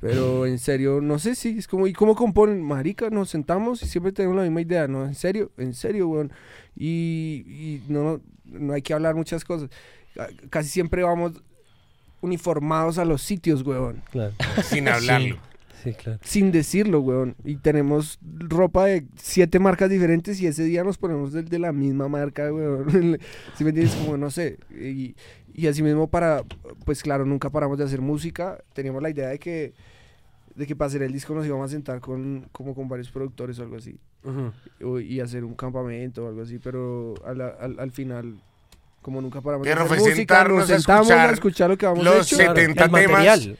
Pero en serio, no sé si es como, ¿y cómo componen? Marica, nos sentamos y siempre tenemos la misma idea, ¿no? En serio, en serio, weón. Y, y no, no hay que hablar muchas cosas. Ca- Casi siempre vamos uniformados a los sitios, weón Claro, Sin hablarlo. sí, claro. sin decirlo, weón. Y tenemos ropa de siete marcas diferentes y ese día nos ponemos del de la misma marca, weón. si me entiendes? Como no sé. Y, y así mismo para, pues claro, nunca paramos de hacer música. Teníamos la idea de que, de que para hacer el disco nos íbamos a sentar con, como con varios productores o algo así. o- y hacer un campamento o algo así, pero a la- al, al final... Como nunca paramos Pero de hacer fue música, nos sentarnos a sentamos escuchar a escuchar lo que vamos los hecho. Claro, 70 el temas. material.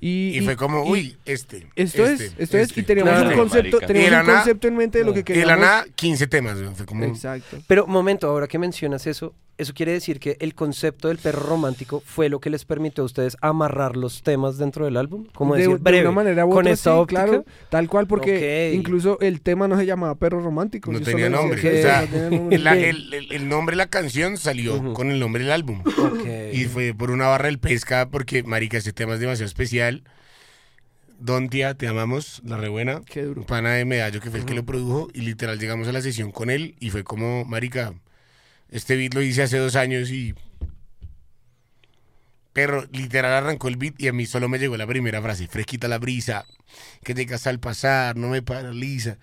Y, Y, y- fue como, y- uy, este. esto este, es, esto es, este. y teníamos Claro. un concepto, Marica. teníamos Y de un la concepto en mente de lo que Y mm. de queríamos. la nada, 15 temas. weón, Fue como, Exacto. Pero momento, ahora que mencionas eso, eso quiere decir que el concepto del perro romántico fue lo que les permitió a ustedes amarrar los temas dentro del álbum, como de, decir, de breve, una manera u con otra, esta sí, óptica. claro, tal cual, porque Ok. incluso el tema no se llamaba Perro Romántico. no yo tenía solo nombre. decía que O sea, no tenía nombre. la- el, el- el nombre de la canción salió con el nombre del álbum. Ok. Y fue por una barra del pesca, porque, marica, este tema es demasiado especial. Don Tía, te amamos, la rebuena. Qué duro. Un pana de Medallo, que fue el que lo produjo, y literal llegamos a la sesión con él, y fue como, marica, este beat lo hice hace dos años y... Pero literal arrancó el beat y a mí solo me llegó la primera frase, fresquita la brisa, que llegas al pasar, no me paraliza.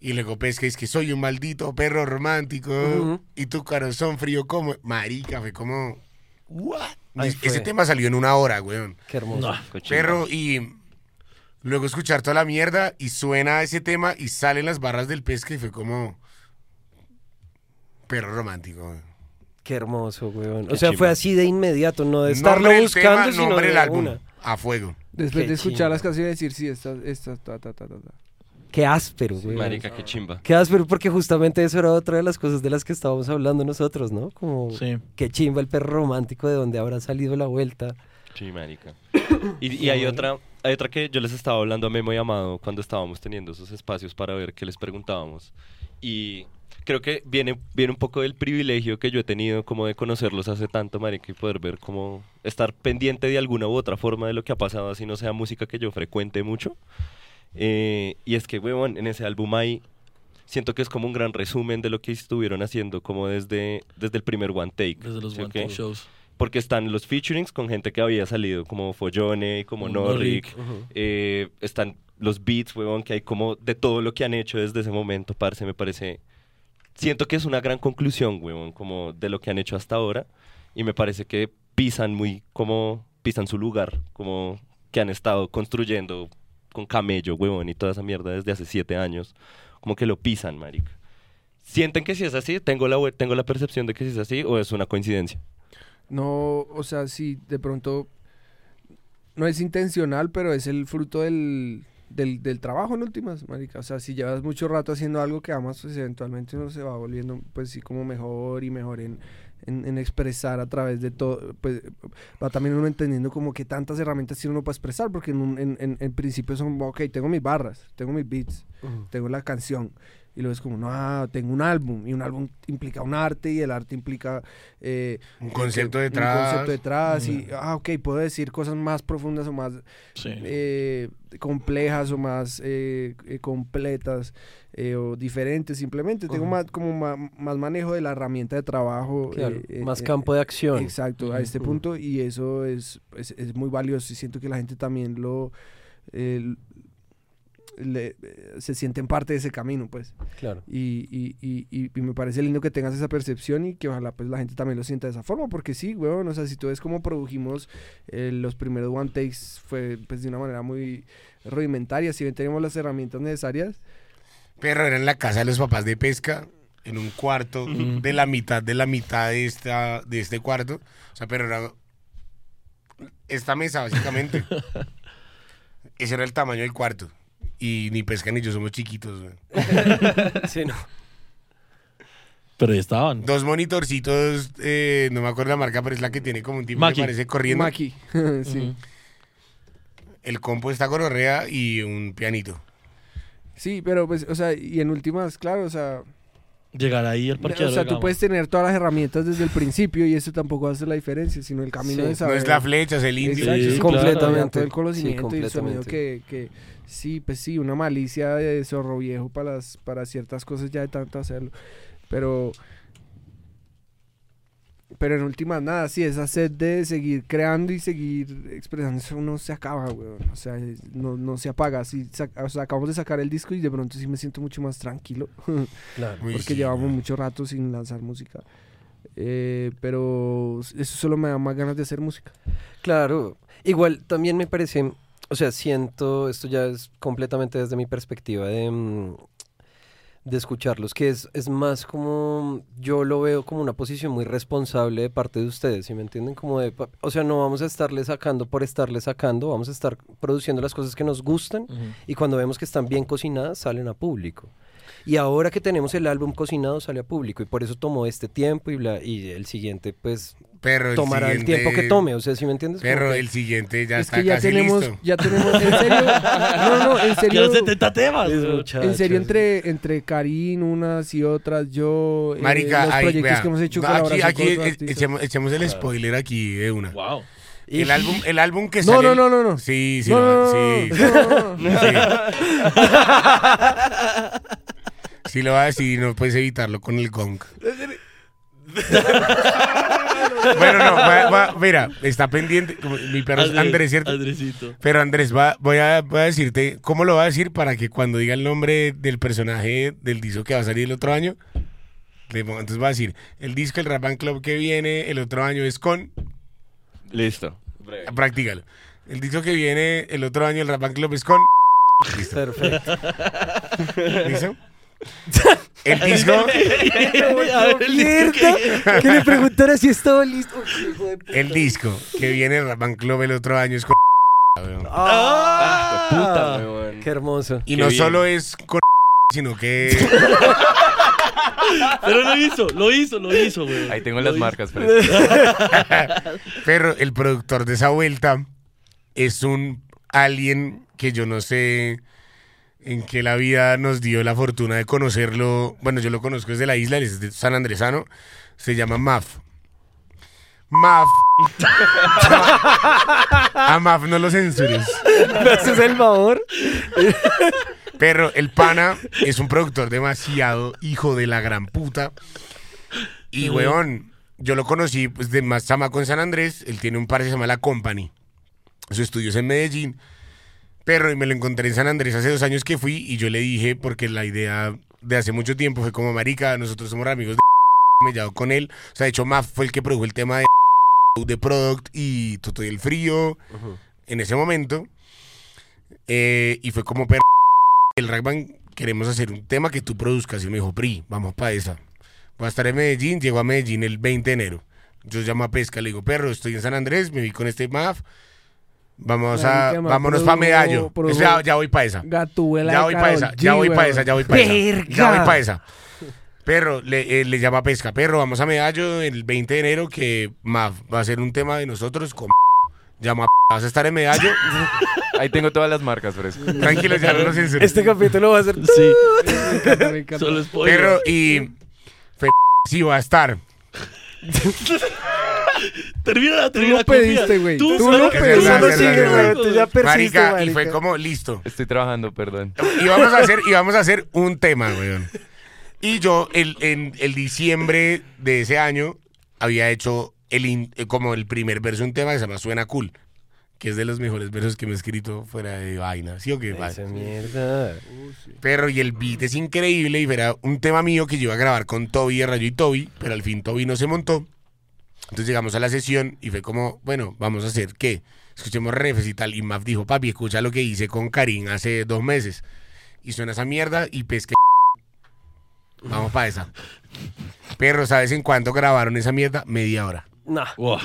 Y luego pesca, es que soy un maldito perro romántico Ujú. y tu corazón frío como... Marica, fue como... ¿What? Ahí Ese fue. tema salió en una hora, weón. Qué hermoso. No. Qué chimba. Perro y luego escuchar toda la mierda y suena ese tema y salen las barras del pesca y fue como perro romántico. güey. Qué hermoso, weón. Qué o sea, fue chimba. así de inmediato, no de estarlo Nombre del buscando, tema, sino nombre de del álbum. una. A fuego. Después Qué de escuchar chimba. las canciones decir, sí, esta, esta, ta, ta, ta, ta, ta. Qué áspero, weón. Marica, qué chimba. Qué áspero, porque justamente eso era otra de las cosas de las que estábamos hablando nosotros, ¿no? Uh. Como Sí. qué chimba el perro romántico de donde habrá salido la vuelta. Sí, marica. Y, y hay otra, hay otra que yo les estaba hablando a Memo y Amado cuando estábamos teniendo esos espacios para ver qué les preguntábamos. Y creo que viene, viene un poco del privilegio que yo he tenido como de conocerlos hace tanto, marica, y poder ver cómo estar pendiente de alguna u otra forma de lo que ha pasado, así no sea música que yo frecuente mucho. Eh, y es que, weón, en ese álbum hay... Siento que es como un gran resumen de lo que estuvieron haciendo, como desde, desde el primer One Take. Desde los ¿sí o One qué? Take Shows. porque están los featurings con gente que había salido, como Follone, como Como Norrick. Norik. eh, están los beats, huevón, que hay como de todo lo que han hecho desde ese momento, parce, me parece... Siento que es una gran conclusión, huevón, como de lo que han hecho hasta ahora. Y me parece que pisan muy, como, pisan su lugar, como que han estado construyendo con camello, huevón, y toda esa mierda desde hace siete años. Como que lo pisan, marica. ¿Sienten que si es así? ¿Tengo la, hue- tengo la percepción de que si es así o es una coincidencia? No, o sea, sí, de pronto no es intencional, pero es el fruto del, del, del trabajo en últimas, marica. O sea, si llevas mucho rato haciendo algo que amas, pues eventualmente uno se va volviendo, pues sí, como mejor y mejor en, en- en expresar a través de todo. Pues va también uno entendiendo como que tantas herramientas tiene uno para expresar, porque en, un- en, en- en principio son, ok, tengo mis barras, tengo mis beats, tengo la canción. Y luego es como, no, ah, tengo un álbum. Y un álbum implica un arte y el arte implica... eh, Un concepto que- detrás. Un concepto detrás y, ah, ok, puedo decir cosas más profundas o más Sí. eh, complejas o más eh, eh, completas eh, o diferentes. Simplemente tengo Ujú. más, como ma- más, manejo de la herramienta de trabajo. Claro, eh, eh, más eh, campo de acción. Exacto, a este Ujú. punto y eso es, es, es muy valioso y siento que la gente también lo... eh, le- eh, se sienten parte de ese camino, pues. Claro. Y, y- y- y- y me parece lindo que tengas esa percepción y que ojalá pues la gente también lo sienta de esa forma, porque sí, weón, o sea, si tú ves cómo produjimos eh, los primeros one takes fue pues de una manera muy rudimentaria, si bien tenemos las herramientas necesarias, Pero era en la casa de los papás de pesca, en un cuarto de la mitad de la mitad de, esta, de este cuarto. O sea, pero era esta mesa, básicamente. Ese era el tamaño del cuarto. Y ni pesca ni yo somos chiquitos. güey. Sí, no. Pero ahí estaban. Dos monitorcitos, eh, no me acuerdo la marca, pero es la que tiene como un tipo Maki. que parece corriendo. Maki, sí. El compo está gonorrea y un pianito. Sí, pero pues, o sea, y en últimas, claro, o sea, Llegar ahí al parque. o sea, tú puedes tener todas las herramientas desde el principio y eso tampoco hace la diferencia, sino el camino Sí, de no saber. No es la flecha, es el indio. Exacto, Sí, sí, completamente. claro, ya Todo el Sí, conocimiento y el sonido que, completamente. que sí, pues sí, una malicia de zorro viejo para las, para ciertas cosas ya de tanto hacerlo. Pero pero en últimas nada, sí, esa sed de seguir creando y seguir expresándose no se acaba, weón. O sea, es- no, no se apaga. Sí, sac- o sea, acabamos de sacar el disco y de pronto sí me siento mucho más tranquilo. Claro. Uy, porque sí, llevamos güey. mucho rato sin lanzar música. Eh, pero eso solo me da más ganas de hacer música. Claro. Igual también me parece, o sea, siento, esto ya es completamente desde mi perspectiva de, mm, de escucharlos, que es, es más como, yo lo veo como una posición muy responsable de parte de ustedes, ¿sí me entienden? Como de, pa- o sea, no vamos a estarle sacando por estarle sacando, vamos a estar produciendo las cosas que nos gustan y cuando vemos que están bien cocinadas salen a público. Y ahora que tenemos el álbum cocinado sale a público y por eso tomó este tiempo y, bla- y el siguiente pues Pero el tomará el tiempo que siguiente- tome, o sea, ¿sí me entiendes? Como Pero que- el siguiente ya es está que ya casi tenemos, listo. ya tenemos, en serio, no, no, en serio, Claro, 70 temas. Es güey. muchacho, en serio es- entre, entre Karin, unas y otras, yo, eh, Marica, los ahí, proyectos vea. que hemos hecho, No, aquí, colaboración aquí con otros e- artistas. echemos, echemos el spoiler aquí de una. Wow. Y- El álbum, el álbum que No, sale. no, no, no, no. Sí, sí, No, lo- no, no, sí, no, no, no. sí. Sí lo va a decir, no puedes evitarlo con el gong. bueno, no, va- va- mira, está pendiente. como Mi perro es Andrés, Andrés, ¿cierto? Andresito. Pero Andrés, va, voy, a, voy a decirte cómo lo va a decir para que cuando diga el nombre del personaje del disco que va a salir el otro año, le ponga- entonces va a decir, el disco, el Rap and Club que viene el otro año es con... Listo. Practícalo. El disco que viene el otro año, el Rapan Club, es con. Listo. Perfecto. ¿Listo? El disco, A ver, el disco que- Mierda, que le preguntara si estaba listo. Uy, hijo de p- el disco que viene el Rapan Club el otro año es con. weón. Ah, puta, weón. Qué hermoso. Y Qué no bien. solo es con. sino que. Pero lo hizo, lo hizo, lo hizo, güey. Ahí tengo Lo las hizo. marcas, Fred. Pero el productor de esa vuelta es un alien que yo no sé en qué la vida nos dio la fortuna de conocerlo. Bueno, yo lo conozco desde la isla, él es de San Andresano. Se llama Maf. Maf. A Maf no lo censures. ¿Me haces el favor? Pero el pana es un productor demasiado hijo de la gran puta. Y, weón, yo lo conocí pues, de más chamaco en San Andrés. Él tiene un par que se llama La Company. Su estudio es en Medellín. Pero y me lo encontré en San Andrés hace dos años que fui y yo le dije, porque la idea de hace mucho tiempo fue como, marica, nosotros somos amigos de me llevo con él. O sea, de hecho, Maf fue el que produjo el tema de de Product y Toto y el Frío en ese momento. Eh, y fue como, "Pero el Ragman queremos hacer un tema que tú produzcas. Y me dijo, Pri, vamos para esa. Voy a estar en Medellín, llego a Medellín el 20 de enero. Yo llamo a Pesca, le digo, perro, estoy en San Andrés, me vi con este MAF. Vamos a, Marica, man, vámonos para produjo- Medallo. produjo- Espera, ya voy para esa. Gatuela. Ya voy para esa, ya voy para esa, ya voy para esa. Ya voy Verga. para esa. Perro, le, eh, le llama a Pesca. Perro, vamos a Medallo el 20 de enero que Maf va a ser un tema de nosotros con... Llama a... Vas a estar en Medallo. Ahí tengo todas las marcas, Fred. Tranquilo, ya no lo censuré. Este capítulo va a ser. Sí, esa. solo spoiler. Perro, y... Fe... Sí, va a estar. Termina, Tú lo termina. pediste, güey. Tú, lo Es pediste. verdad, Tú no es sigues, verdad, güey, es tú ya persiste, Marica, y fue marica. como, listo. Estoy trabajando, perdón. Y vamos a hacer, y vamos a hacer un tema, weón. Y yo, el, en el diciembre de ese año, había hecho el in- eh, como el primer verso, un tema que se llama Suena Cool, que es de los mejores versos que me he escrito fuera de vaina. ¿Sí o qué? Vale. Esa mierda. Uh, Pero y el beat es increíble y era un tema mío que yo iba a grabar con Toby de Rayo y Toby, pero al fin Toby no se montó. Entonces llegamos a la sesión y fue como, bueno, vamos a hacer qué. Escuchemos refes y tal. Y Maf dijo, papi, escucha lo que hice con Karim hace dos meses. Y suena esa mierda y pesqué. Vamos para esa. Pero, ¿sabes en cuánto grabaron esa mierda? Media hora. Nah, Wow.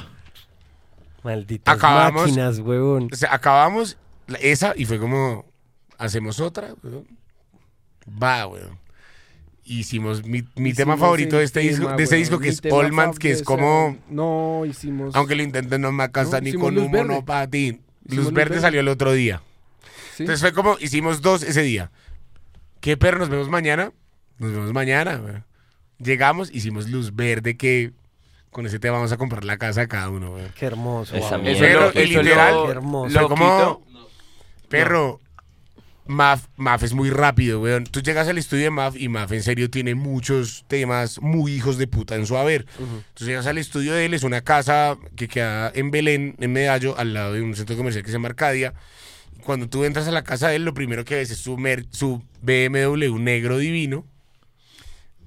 malditas Acabamos. máquinas, huevón. O sea, acabamos la- esa y fue como, hacemos otra, weón. Va, weón. Hicimos mi, mi tema Hicimos favorito de el este tema, disco, de este weón, disco que mi es tema All Man's, fab- que es o sea, como, No, hicimos. aunque lo intenten, no me alcanza No, ni hicimos con Luz un Verde. monopatín. Luz Luz Verde Verde. salió el otro día. sí. Entonces fue como, hicimos dos ese día. ¿Qué perro? Nos vemos mañana. Nos vemos mañana. weón. Llegamos, hicimos Luz Verde que con ese tema vamos a comprar la casa a cada uno. weón. Qué hermoso. Esa guau. mierda. Pero Eso el lo- literal, lo- qué hermoso. Fue lo como, quito. perro, Maf, Maf es muy rápido, weón. Tú llegas al estudio de Maf y Maf en serio tiene muchos temas muy hijos de puta en su haber. Tú llegas al estudio de él, es una casa que queda en Belén, en Medallo, al lado de un centro comercial que se llama Arcadia. Cuando tú entras a la casa de él, lo primero que ves es su, mer- su BMW negro divino.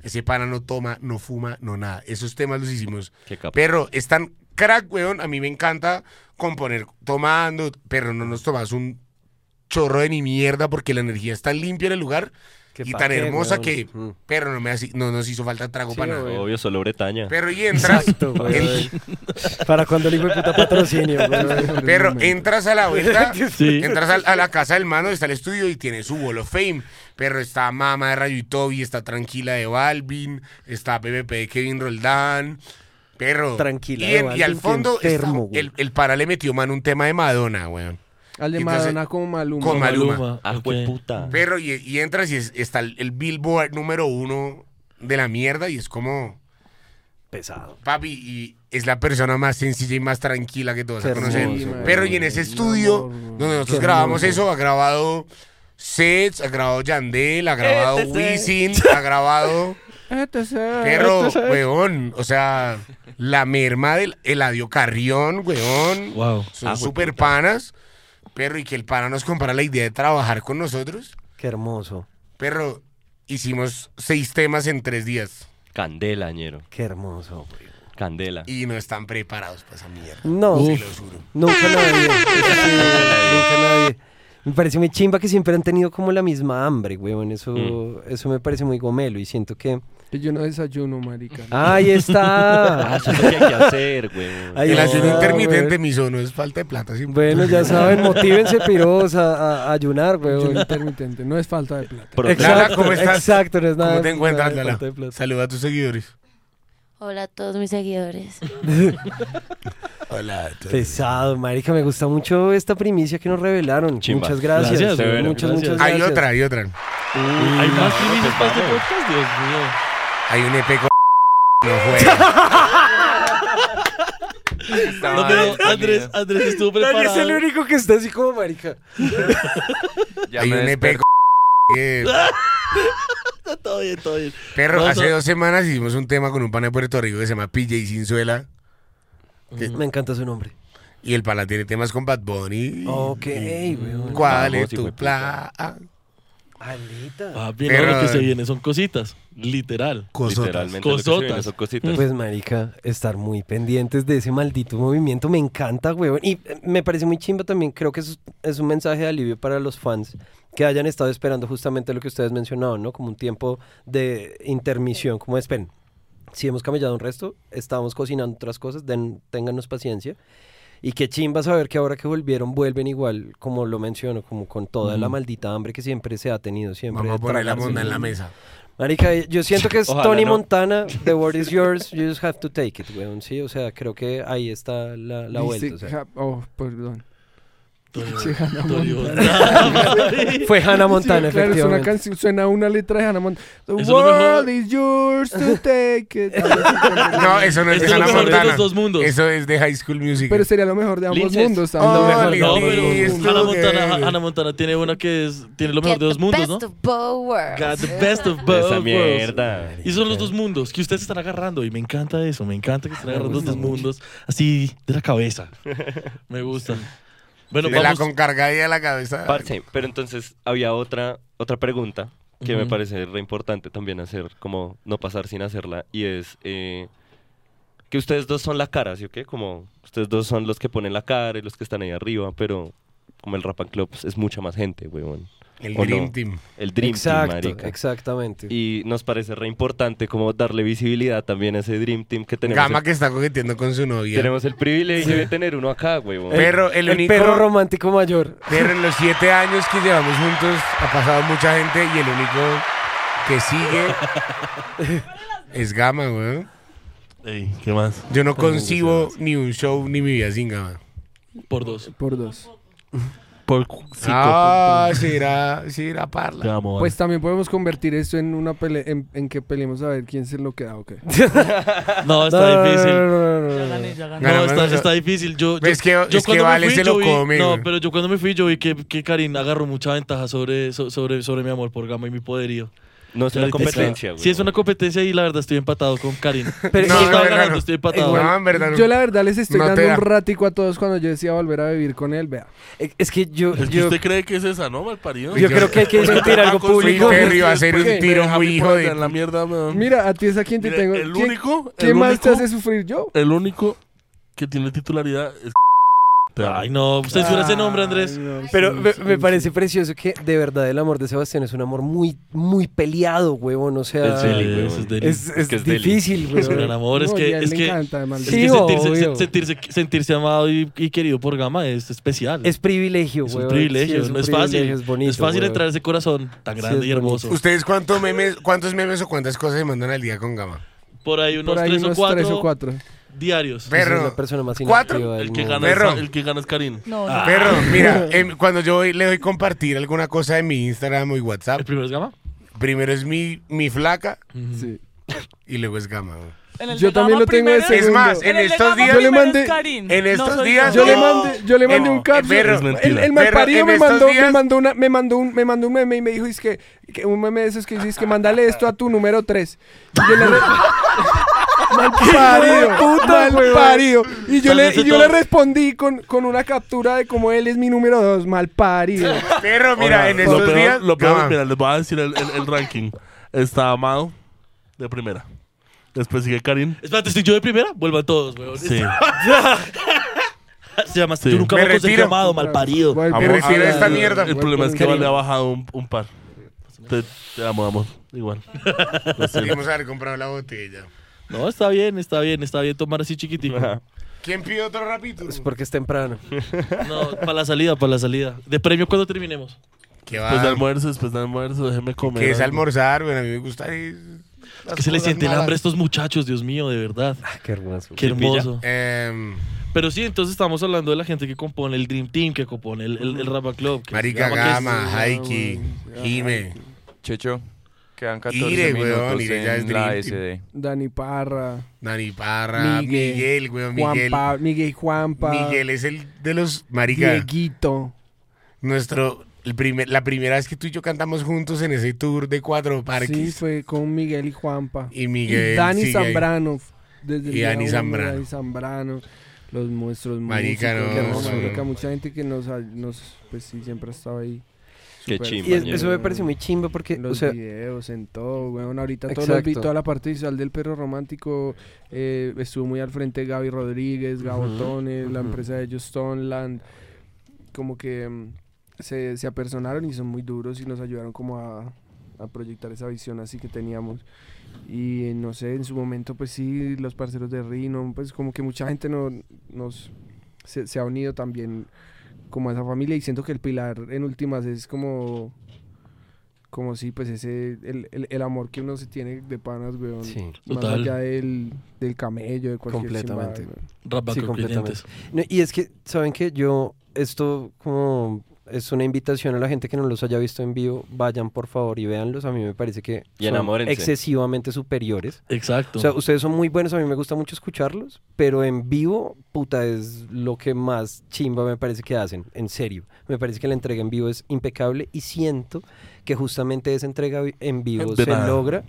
Ese pana no toma, no fuma, no nada. Esos temas los hicimos Qué capo. Perro, es tan crack, weón. A mí me encanta componer tomando, pero no nos tomas un chorro de ni mierda porque la energía es tan limpia en el lugar Qué y pa' tan qué, hermosa weón. que, Mm. pero no, me hace- no nos hizo falta trago Sí, para nada. weón. Obvio, solo Bretaña. Pero y entras, Exacto, el- weón. Para cuando el hijo de puta patrocinio, weón. perro, entras a la vuelta, Sí. entras al- a, la casa del mano, está el estudio y tiene su Wall of Fame. Perro, está Mama de Rayo y Toby, está Tranquila de Balvin, está PPP de Kevin Roldán. Perro. Tranquila Y, de en- y Balvin, al qué fondo está- enfermo, güey. el, el para le metió mano un tema de Madonna, weón. Al de entonces- Madonna como Maluma. con Maluma. Ah, ok. hueputa. Perro, y, y entras y es- está el, el Billboard número uno de la mierda y es como, Pesado. papi, y es la persona más sencilla y más tranquila que tú vas Qué a conocer. hermoso, Pero güey. y en ese estudio donde nosotros grabamos eso, ha grabado Sets, ha grabado Yandel, ha grabado Wisin, ha grabado... Este Ah, Perro, weón, o sea, la merma del Eladio Carrión, weón. Wow. Son super panas. Perro, y que el pana nos compara la idea de trabajar con nosotros. Qué hermoso. Perro, hicimos seis temas en tres días. Candela, ñero. Qué hermoso, güey. Candela. Y no están preparados para esa mierda. No, Se lo juro. nunca la vi. Eso sí, nunca la vi. Me parece muy chimba que siempre han tenido como la misma hambre, weón. Eso, Mm. eso me parece muy gomelo y siento que... Que yo no desayuno, marica. ¡Ahí Ah, está! eso es lo que hay que hacer, güey. Ahí El está, ayuno intermitente, weón. mi sono, es falta de plata. sí. Bueno, ya saben, motívense, piros, a, a- a ayunar, Yo no weón. intermitente, no es falta de plata. Lala, ¿cómo estás? exacto, no es nada. ¿Cómo te nada encuentras, de Lala? falta de plata. Saluda a tus seguidores. Hola a todos mis seguidores. Hola. Pesado, marica, me gusta mucho esta primicia que nos revelaron. Chimba. Muchas gracias. Gracias, güey. muchas, muchas pues, Gracias. gracias. Hay otra, hay otra. Hay más primicias para este podcast, Dios mío. Hay un EP con... No juega. No, pero Andrés, Andrés estuvo Dani es el preparado. único que está así como marica. Hay un EP con... que- Todo bien, todo bien. Perro, No, hace no. dos semanas hicimos un tema con un pana de Puerto Rico que se llama PJ Sinzuela. que- Me encanta su nombre. Y el pana tiene temas con Bad Bunny. Ok, Y- weón. ¿Cuál Vamos, es hijo de tu puta. plan? Alita. Ah, bien, Pero- no, lo que se viene son cositas, literal. Cosotas. Literalmente. lo que se viene Cosotas. son cositas. Pues, marica, estar muy pendientes de ese maldito movimiento me encanta, weón. Y eh, me parece muy chimba también. Creo que es, es un mensaje de alivio para los fans que hayan estado esperando justamente lo que ustedes mencionaban, ¿no? Como un tiempo de intermisión, como esperen. Si hemos camellado un resto, estamos cocinando otras cosas, den, téngannos paciencia. Y qué chimba saber que ahora que volvieron, vuelven igual, como lo menciono, como con toda la maldita hambre que siempre se ha tenido, siempre. Vamos a de poner la tragarse monda en la el- mesa. Marica, yo siento que es Ojalá Tony no. Montana, The Word is Yours, you just have to take it, weón, sí, o sea, creo que ahí está la, la Dice vuelta, o sea. Jap- Oh, perdón. Todo- Sí, Hannah todo bien. Fue Hannah Montana, Sí, claro, es una efectivamente. canción, suena una letra de Hannah Montana. The Eso es lo world mejor. is yours to take it. no, No, eso no es de Esto es lo Hannah mejor de Montana. los dos mundos. Eso es de High School Music. Pero sería lo mejor de ambos Linces. mundos. Oh, ambos mundos. No, Listo, pero listo, Hannah ok. Montana, Hannah Montana tiene una que es, tiene lo mejor de dos mundos, ¿no? Best of both worlds. Got the best of Esa both worlds. mierda. Y son los dos mundos que ustedes están agarrando. Y me encanta eso. Me encanta que estén agarrando los gusta dos mundos así de la cabeza. Me gusta. Bueno, de la vamos. concargadilla de la cabeza. Parce, pero entonces había otra, otra pregunta que me Ujú. parece re importante también hacer, como no pasar sin hacerla, y es eh, que ustedes dos son la cara, ¿sí o qué? Como ustedes dos son los que ponen la cara y los que están ahí arriba, pero como el Rapan Club es mucha más gente, huevón. El ¿O Dream no? Team. El Dream Exacto, Team, marica. exactamente. Y nos parece re importante como darle visibilidad también a ese Dream Team que tenemos. Gama el, que está coqueteando con su novia. Tenemos el privilegio de tener uno acá, huevón. Perro, el, el único. perro romántico mayor. Pero en los siete años que llevamos juntos ha pasado mucha gente y el único que sigue es Gama, weón. Ey, ¿Qué más? Yo no concibo ni un show ni mi vida sin Gama. Por dos. Por dos. Por cu- cinco. Ah, sí irá, sí irá parla. Te amo. Pues también podemos convertir esto en una pelea, en, en que peleemos a ver quién se lo ah, queda o qué. No, No, está no, difícil. no, no, no, no, no. No, Ganamos está, nosotros. está difícil. Yo, yo, Pues Es que- yo es que cuando me Vale fui, se yo lo vi- come, No, güey. pero yo cuando me fui, yo vi que, que Karina agarró mucha ventaja sobre, so- sobre, sobre mi amor por Gama y mi poderío. No es una Ahorita está- competencia, huevón. Sí, es una competencia y la verdad estoy empatado con Karina. Pero- no, No, estaba no, no, ganando, no. estoy empatado. No, en verdad. no. Yo la verdad les estoy No te dando da. un ratico a todos cuando yo decía volver a vivir con él, vea. Eh, Es que yo, Es que yo, usted cree que es esa, ¿no, malparido? yo creo que hay que Porque discutir algo Paco es un público. Ferry va a ser un ¿Qué? tiro Deja muy mi hijo puerta de... en la mierda, weón. Mira, a ti es a quien te Mira, tengo. el ¿Quién- único, ¿Quién el más te único- hace sufrir yo? El único que tiene titularidad es. Te amo. Pues, Ay, no, censura ese nombre, Andrés. Ay, no, Pero sí, me, sí, me sí. parece precioso que de verdad el amor de Sebastián es un amor muy, muy peleado, huevón. O sea, Es deli, Sí, huevón. eso es deli. es, Es que es es deli. difícil, Es un gran huevón. amor, es No, y a que, él es le que, encanta, es maldito. que Sí, sentirse, obvio. se- sentirse, sentirse amado y, y querido por Gama es especial. Es privilegio, Es huevón. un Sí, privilegio, un no es privilegio, fácil. Es, bonito, es fácil huevón. entrar a ese corazón tan Sí, grande es y hermoso. ¿Ustedes cuántos memes, cuántos memes o cuántas cosas se mandan al día con Gama? Por ahí unos, Por ahí tres, unos o cuatro tres o cuatro. diarios. Esa Perro. es la persona más ¿Cuatro? inactiva del El que, mundo. gana Perro. es, el que gana es Karim. Perro, Ah. mira, em, cuando yo voy- le doy compartir alguna cosa de mi Instagram o mi ¿El WhatsApp, primero es Gama? primero es mi, mi flaca Sí. y luego es Gama. güey. Yo también lo tengo ese. Es más, en estos días... yo le mandé- En estos días... Yo le no, mandé, yo le mandé No, un caption. eh, perro. Es mentira. el el Perro, malparido en me estos mandó, me días- mandó una, me mandó un, me mandó un meme y me dijo es que, que un meme de esos que dices que mándale esto a tu número 3. Yo le re- Malparido, malparido. Y yo le, y yo le respondí con, con una captura de como él es mi número 2, malparido. Perro, mira, Ahora, en estos lo peor, días... Lo peor, Gama. mira, les voy a decir el, el- el ranking. Está Amado de primera. Después sigue Karim. Espérate, estoy yo de primera, vuelvan todos, weón. Sí. Ah, Se llama Sí. Yo nunca Me me, concentré retiro. amado, mal parido. Vuelve, Me vuelve, retiro de vuelve, esta mierda. pues. vuelve, El problema es que vuelve. vale ha bajado un, un par. Te, te amo, amor. Igual. Lo siento. Debimos haber comprado la botella. No, está bien, está bien, está bien tomar así chiquitito. ¿Quién pidió otro rapito? Es porque es temprano. No, para la salida, para la salida. De premio cuando terminemos. Que pues Después de va? almuerzo, después de almuerzo, déjeme comer. Que Ah. es algo. almorzar, bueno, a mí me gusta es- Es las que se cosas les siente el malas. Ah, hambre a estos muchachos, Dios mío, de verdad. Qué hermoso. Ah, Qué hermoso. Em, Pero sí, entonces estamos hablando de la gente que compone el Dream Team, que compone el, el, el Rapa Club. que- Marica que es- Gama, Haiki, Jime. Checho, quedan 14 Ire, minutos weón, Ire ya es en la Dream SD. Dani Parra, Dani Parra, Ah, Miguel, Miguel, weón, Juan Miguel. Pa, Miguel Juanpa, Miguel es el de los marica. Dieguito. Nuestro el primer, la primera vez que tú y yo cantamos juntos en ese tour de cuatro Sí, parques. fue con Miguel y Juanpa. Y Miguel y Dani sigue ahí. Zambrano. f- Desde Y el día Dani uno, Zambrano. Dani Zambrano. Los nuestros Marica, músicos, no, qué hermoso, no. marica, mucha gente que nos, ha- nos pues sí, siempre ha estado ahí. Qué Súper chimba, Y es- chévere, eso me weón. parece muy chimba porque, En o los sea, videos, en todo, weón. Ahorita todos Exacto. los vi, toda la parte visual del perro romántico eh, estuvo muy al frente Gaby Rodríguez, Gabotones, la ujú. empresa de ellos, Stoneland. Como que mm, se, se apersonaron y son muy duros y nos ayudaron como a, a proyectar esa visión así que teníamos. Y eh, no sé, en su momento, pues sí, los parceros de Rino, pues como que mucha gente no, nos, se, se ha unido también como a esa familia y siento que el pilar en últimas es como como sí pues ese el, el, el amor que uno se tiene de panas weón sí. más Total. allá del, del camello de cualquier Completamente. chimbada, weón. Rapa Sí, Club completamente. clientes. No, y es que, ¿saben que Yo, esto como es una invitación a la gente que no los haya visto en vivo, vayan por favor y véanlos. A mí me parece que Y son enamórense. excesivamente superiores. Exacto. O sea, ustedes son muy buenos, a mí me gusta mucho escucharlos, pero en vivo, puta, es lo que más chimba me parece que hacen, en serio. Me parece que la entrega en vivo es impecable y siento que justamente esa entrega vi- en vivo De se nada. logra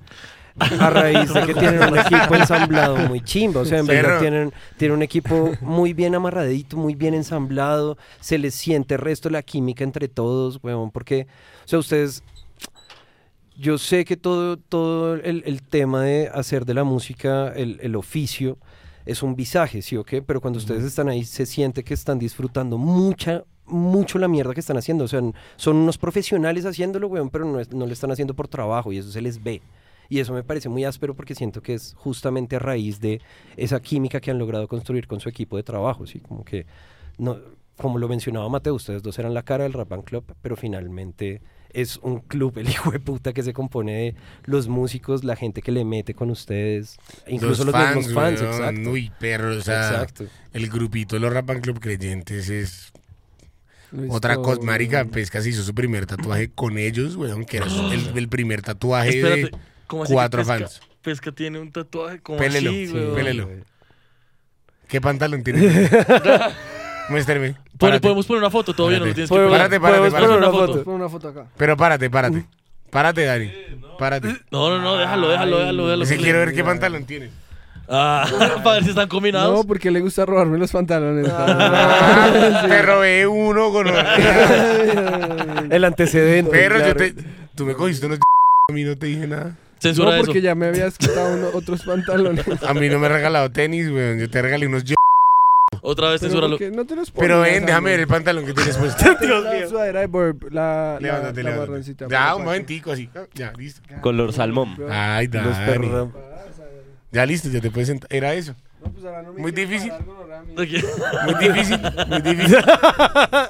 a raíz de que tienen un equipo ensamblado muy chimba. O sea, en verdad Perro. tienen, tienen un equipo muy bien amarradito, muy bien ensamblado, se les siente el resto la química entre todos, weón, porque, o sea, ustedes yo sé que todo, todo el, el tema de hacer de la música el, el oficio es un visaje, ¿sí o qué? Pero cuando ustedes están ahí se siente que están disfrutando mucha mucho la mierda que están haciendo, o sea, n- son unos profesionales haciéndolo, weón, pero no, es- no lo están haciendo por trabajo y eso se les ve. Y eso me parece muy áspero porque siento que es justamente a raíz de esa química que han logrado construir con su equipo de trabajo, ¿sí? Como que, no, como lo mencionaba Mateo, ustedes dos eran la cara del Rap Band Club, pero finalmente es un club, el hijo de puta, que se compone de los músicos, la gente que le mete con ustedes, incluso los, mismos fans, weón. exacto. Uy, perro, o sea, exacto. el grupito de los Rapan Club Creyentes es Lo es otra Pues todo, cosa. Marica weón. Pescas hizo su primer tatuaje con ellos, weón, que era su- el, el primer tacuaje Espérate, de... ¿cómo así que cuatro Pesca- fans. Pesca tiene un tatuaje como Pélelo, así, sí, weón. pélelo. ¿Qué pantalón tiene? Muéstrame. Pone- Párate. podemos poner una foto, todavía no lo Párate. tienes Párate, que párate, pegar. párate, Podemos párate. poner una foto. Pon una foto acá Pero párate, párate. Párate, Dani. Párate. No, no, no, déjalo, déjalo, déjalo, déjalo. Ese quiero ver qué pantalón tiene. Ah, para ver si están no combinados. porque le gusta robarme los pantalones Ah, te robé uno con El antecedente. Pero yo claro. te. Tú me cogiste unos. A mí no te dije nada. Censura no eso. porque ya me habías quitado uno- otros pantalones A mí no me has regalado tenis, weón. Yo te regalé unos. yo- Otra vez pero, censúralo. porque no te los pones, Pero ven, Alejandro. déjame ver el pantalón que tienes puesto. la sudadera de Burp, la, la, Levántate, la levántate. Ya, marroncita, para un que- momentico así. Ah, Ya, listo. Color salmón. Ay, Los Dani. perros. Ya, listo, ya te puedes sentar. Era eso. No, pues, ahora no me Muy quiero difícil. parar con Orami. Muy difícil, muy difícil.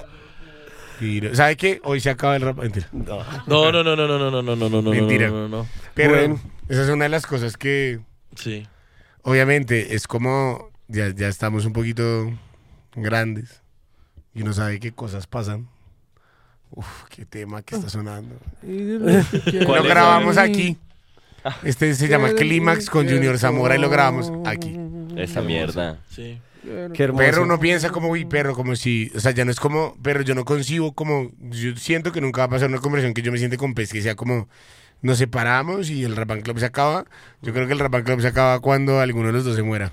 Tiro. ¿Sabes qué? Hoy se acaba el rap. Mentira. No, no, no, no, no, no, no, no, no, no, no, Mentira. no, no, no. Pero Bueno. esa es una de las cosas que. Sí. Obviamente, es como ya, ya estamos un poquito grandes y uno sabe qué cosas pasan. Uf, qué tema que está sonando. Lo ¿Cuál es? grabamos aquí. Este se llama Clímax con Junior Zamora y lo grabamos aquí. Esa mierda. Sí. Qué hermoso. Pero uno piensa como, uy, perro, como si, o sea, ya no es como, pero yo no concibo como, yo siento que nunca va a pasar una conversación que yo me siente con pez, que sea como, nos separamos y el Rapan Club se acaba. Yo creo que el Rapan Club se acaba cuando alguno de los dos se muera.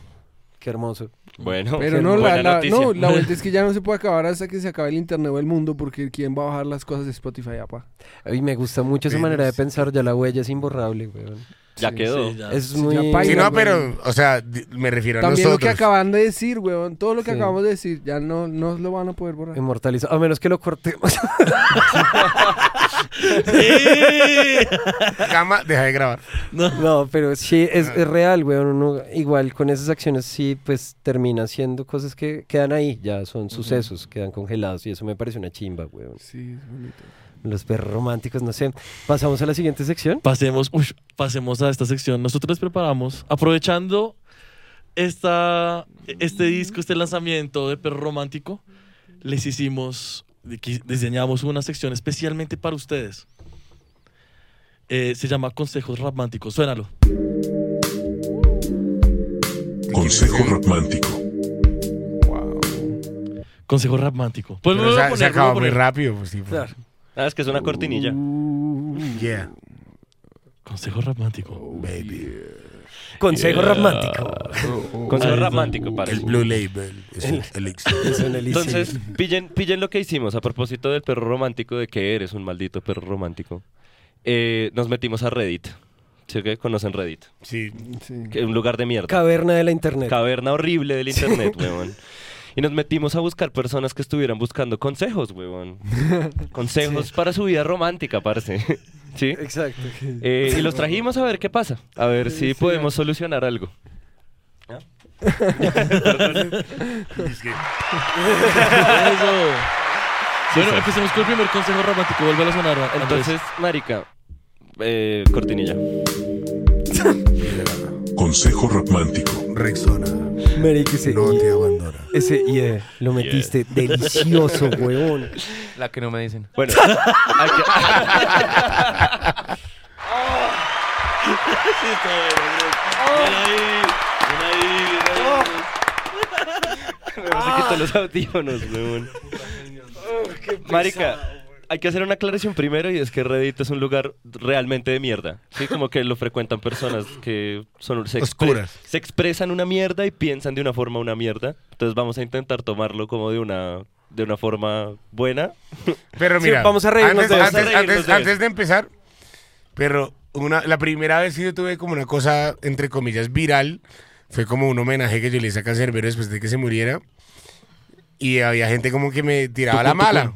Qué hermoso. Bueno, Pero no buena la, la- noticia. no, la vuelta es que ya no se puede acabar hasta que se acabe el internet o el mundo, porque ¿quién va a bajar las cosas de Spotify, apa? Ay, me gusta mucho esa Pero manera de sí. pensar, ya la huella es imborrable, weón. Ya quedó. Sí, ya. Es Sí, muy... ya paila, Sí, no, güey. pero, o sea, di- me refiero a También lo que nosotros. acaban de decir, weón, todo lo que Sí. acabamos de decir, ya no, no lo van a poder Em- borrar. Inmortalizado. A menos que lo cortemos. ¡Eh! Cama, deja de grabar. No. no, pero sí, es, es real, weón. Uno, igual con esas acciones sí, pues termina haciendo cosas que quedan ahí. Ya son sucesos, quedan congelados. Y eso me parece una chimba, weón. Sí, es Em- bonito. Los perros románticos, no sé. Pasamos a la siguiente sección. Pasemos, uy, pasemos a esta sección. Nosotros les preparamos, aprovechando esta, este disco, este lanzamiento de Perro Romántico, les hicimos, qui- diseñamos una sección especialmente para ustedes. Eh, se llama Consejos Románticos. Suénalo. Consejo romántico. Consejo Romántico. Pues Pero lo voy a se, se poner, lo voy a acabó muy poner. rápido. Pues, sí, Mm, Claro. Ah, es que es una cortinilla. Uh, Yeah. Consejo Romántico. Consejo Yeah. romántico. Eh, uh, Consejo Ahí está. romántico, para El Blue Label es un elixir. Es un elixir. Entonces, pillen, pillen lo que hicimos a propósito del perro romántico, de que eres un maldito perro romántico. Eh, nos metimos a Reddit. ¿Sí que conocen Reddit? Sí. Sí. Que es un lugar de mierda. Caverna de la internet. Caverna horrible del internet, weón. Y nos metimos a buscar personas que estuvieran buscando consejos, weón. Consejos para su vida romántica, parce. ¿Sí? Exacto. Eh, y los trajimos a ver qué pasa. A ver si podemos solucionar algo. Es que- Eso. Bueno, empecemos con el primer consejo romántico. Vuelve a sonar. Andrés. Entonces, marica, eh, cortinilla. Consejo romántico. Rexona, Marica, ese, no te abandona. E, ese yeah, lo metiste delicioso, weón. La que no me dicen. Bueno, hay que- Sí, está bueno, Andrés. Bien ahí, bien ahí, bien ahí. se quitó los audífonos, weón. Marica, hay que hacer una aclaración primero y es que Reddit es un lugar realmente de mierda. Sí, como que lo frecuentan personas que son se expre- Oscuras. Se expresan una mierda y piensan de una forma una mierda. Entonces vamos a intentar tomarlo como de una de una forma buena. Pero Sí, mira, vamos a reírnos antes, de eso. antes, Vamos a reírnos antes- de antes eso. de empezar, pero una, la primera vez que yo tuve como una cosa, entre comillas, viral, fue como un homenaje que yo le hice a Cancerbero después de que se muriera. Y había gente como que me tiraba la mala.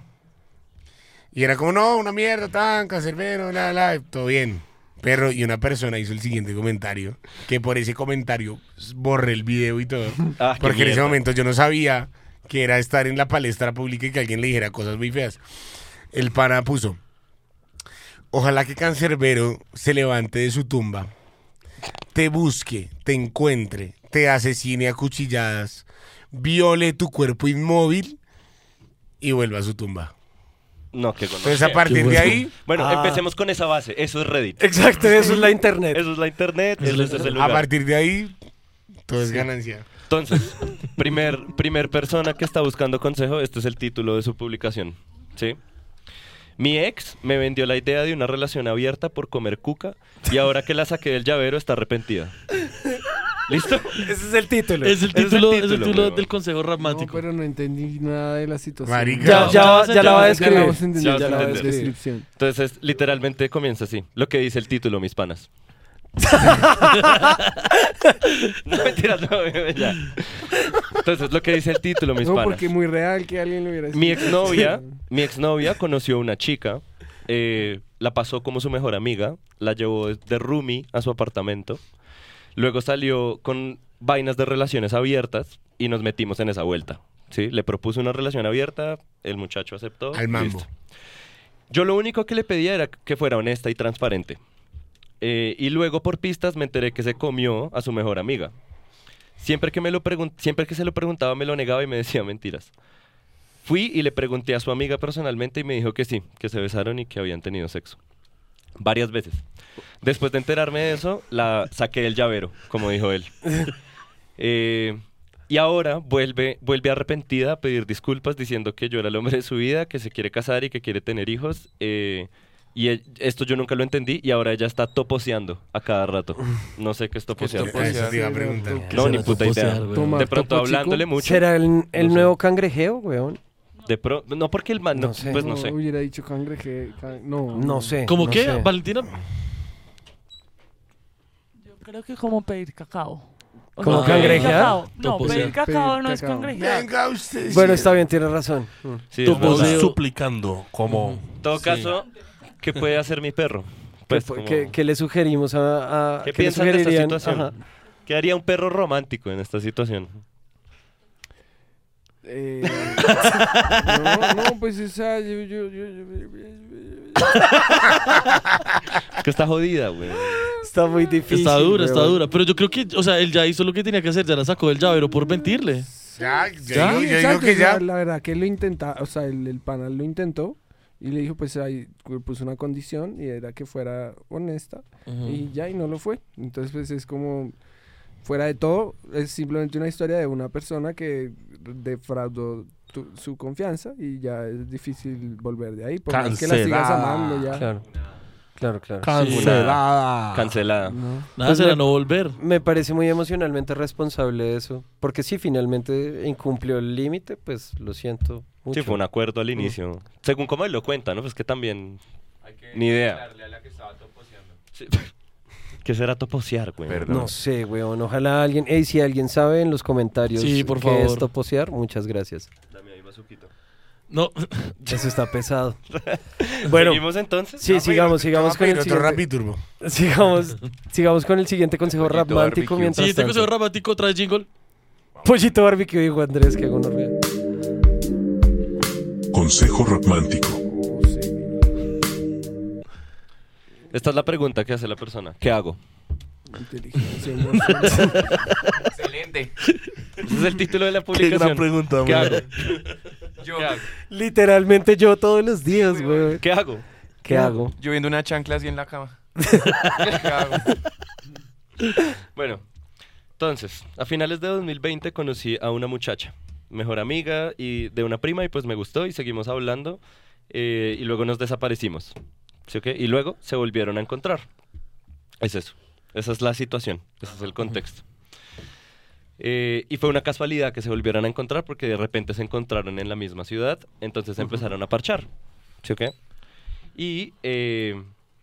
Y era como, no, una mierda, tan, Cancerbero, bla, bla, y todo bien. Pero, y una persona hizo el siguiente comentario, que por ese comentario borré el video y todo. Ah, qué porque en ese mierda. momento yo no sabía que era estar en la palestra pública y que alguien le dijera cosas muy feas. El pana puso, ojalá que Cancerbero se levante de su tumba, te busque, te encuentre, te asesine a cuchilladas, viole tu cuerpo inmóvil y vuelva a su tumba. No, que conozco. Entonces a partir de ahí, Bueno, Ah. empecemos con esa base. Eso es Reddit. Exacto, eso es la internet. Eso es la internet, eso es el a lugar. partir de ahí, todo es ganancia. Entonces, primer, primer persona que está buscando consejo, este es el título de su publicación. ¿Sí? Mi ex me vendió la idea de una relación abierta por comer cuca y ahora que la saqué del llavero está arrepentida. ¿Listo? Ese es el título. Es el Es el título, es el título, título weón. del consejo No, romántico. pero no entendí nada de la situación. Marica. Ya, ya, Ya vas ya la va a a Ya la vamos a describir. entender, Ya vas ya a la va a entender. describir. descripción. Entonces, literalmente comienza así. Lo que dice el título, mis panas. no, mentira, no, ya. Entonces, lo que dice el título, mis No, panas. porque muy real que alguien lo hubiera Mi escrito. exnovia, mi exnovia conoció a una chica, eh, la pasó como su mejor amiga, la llevó de- de roomie a su apartamento, luego salió con vainas de relaciones abiertas y nos metimos en esa vuelta. ¿sí? Le propuse una relación abierta, el muchacho aceptó. Al mambo. listo. Yo lo único que le pedía era que fuera honesta y transparente. Eh, y luego por pistas me enteré que se comió a su mejor amiga. Siempre que, me lo pregun- siempre que se lo preguntaba me lo negaba y me decía mentiras. Fui y le pregunté a su amiga personalmente y me dijo que sí, que se besaron y que habían tenido sexo. Varias veces. Después de enterarme de eso, la saqué del llavero, como dijo él. Eh, y ahora vuelve, vuelve arrepentida a pedir disculpas diciendo que yo era el hombre de su vida, que se quiere casar y que quiere tener hijos. eh, y e- esto yo nunca lo entendí y ahora ella está toposeando a cada rato. No sé qué es toposear. topo- Eso te iba a preguntar. ¿Qué No, será ni tu puta idea. posear, weón? Toma. De pronto ¿Topo chico? hablándole mucho. ¿Será el, el No sé. nuevo cangrejeo, weón? De pro- no porque el man, no- No sé. pues no sé. hubiera dicho cangreje. can- No, No sé. ¿Cómo no qué? sé. Valentina. Creo que como pedir cacao. O ¿Como sea, pedir cangrejear? cacao. No, pues, Topo, pedir sí. cacao Pedir no es cacao. cangrejear. Venga usted. Bueno, está bien, tienes razón. Mm. Sí, Tú es verdad. poseo- suplicando, como- En todo Sí. caso, ¿qué puede hacer mi perro? ¿Qué, Pues, fue- como- qué- qué le sugerimos a, a- ¿Qué qué le piensan de esta sugerirían? situación? Ajá. ¿Qué haría un perro romántico en esta situación? Eh, no, no, pues esa. Yo, yo, yo- Es que está jodida, güey. Está muy difícil. Está dura, está weón. dura. Pero yo creo que, o sea, él ya hizo lo que tenía que hacer, ya la sacó del llavero por mentirle. Ya, yo Sí, digo- yo digo exacto, que o sea, ya. La verdad que él lo intenta, o sea, el, el panal lo intentó y le dijo, pues ahí cu- puso una condición y era que fuera honesta Ujú. y ya, y no lo fue. Entonces, pues es como, fuera de todo, es simplemente una historia de una persona que defraudó tu- su confianza y ya es difícil volver de ahí, por más que la sigas Cancelada. amando ya. Claro, claro, claro. Ah. Ah, Cancelada. Cancelada. Nada será no volver. Me parece muy emocionalmente responsable eso. Porque si finalmente incumplió el límite, pues lo siento mucho. Sí, fue un acuerdo al inicio. Según como él lo cuenta, ¿no? Pues que también... Ni idea. Sí. ¿Qué será toposear, güey? No sé, weón. Ojalá alguien. Ey, si alguien sabe en los comentarios Sí, por qué favor. es toposear, muchas gracias. Dame ahí bazuquito. No, Eso está pesado. Bueno. ¿Seguimos entonces? Sí, sigamos, sigamos a con pedir el otro siguiente. Rapidurbo. Sigamos, sigamos con el siguiente consejo Pollito romántico barbecue. mientras siguiente tanto. consejo rabático, trae jingle. Pollito barbecue, dijo Andrés, que gonorrea. Consejo romántico. Esta es la pregunta que hace la persona. ¿Qué hago? Inteligencia emocional. Excelente. Ese es el título de la Qué publicación. gran pregunta, ¿Qué man. hago? Yo, ¿Qué hago? Literalmente yo todos los días, weón. ¿Qué hago? ¿Qué hago? yo viendo una chancla así en la cama. ¿Qué hago? Bueno, entonces, a finales de 2020 conocí a una muchacha, mejor amiga y de una prima, y pues me gustó y seguimos hablando. eh, y luego nos desaparecimos. ¿Sí o qué? Y luego se volvieron a encontrar. Es eso. Esa es la situación. Ese es el contexto. Eh, y fue una casualidad que se volvieran a encontrar porque de repente se encontraron en la misma ciudad. Entonces empezaron a parchar. ¿Sí o qué? Y eh,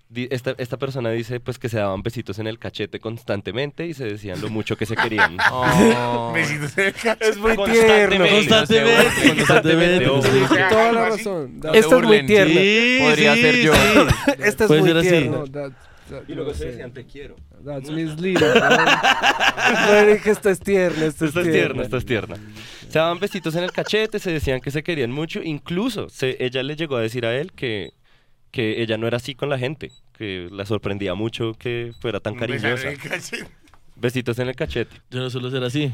di- esta, esta persona dice pues que se daban besitos en el cachete constantemente y se decían lo mucho que se querían. Oh. Besitos en el cachete. Es muy Constantemente. tierno. Constantemente, Constantemente, constantemente. obvio. Toda la razón. da- No se Esto es muy burlen. tierno. Sí, Podría sí, ser yo. sí. Este es Puede muy ser así. tierno. no, that- that- Y luego no se sé. decían te quiero. That's misleading. Marica, que esto es tierno, esto es Esto es tierno. tierna, esto es tierna. Se daban besitos en el cachete, se decían que se querían mucho. Incluso se- ella le llegó a decir a él que, que ella no era así con la gente, que la sorprendía mucho que fuera tan Pues, cariñosa. Besitos en el cachete. Yo no suelo ser así.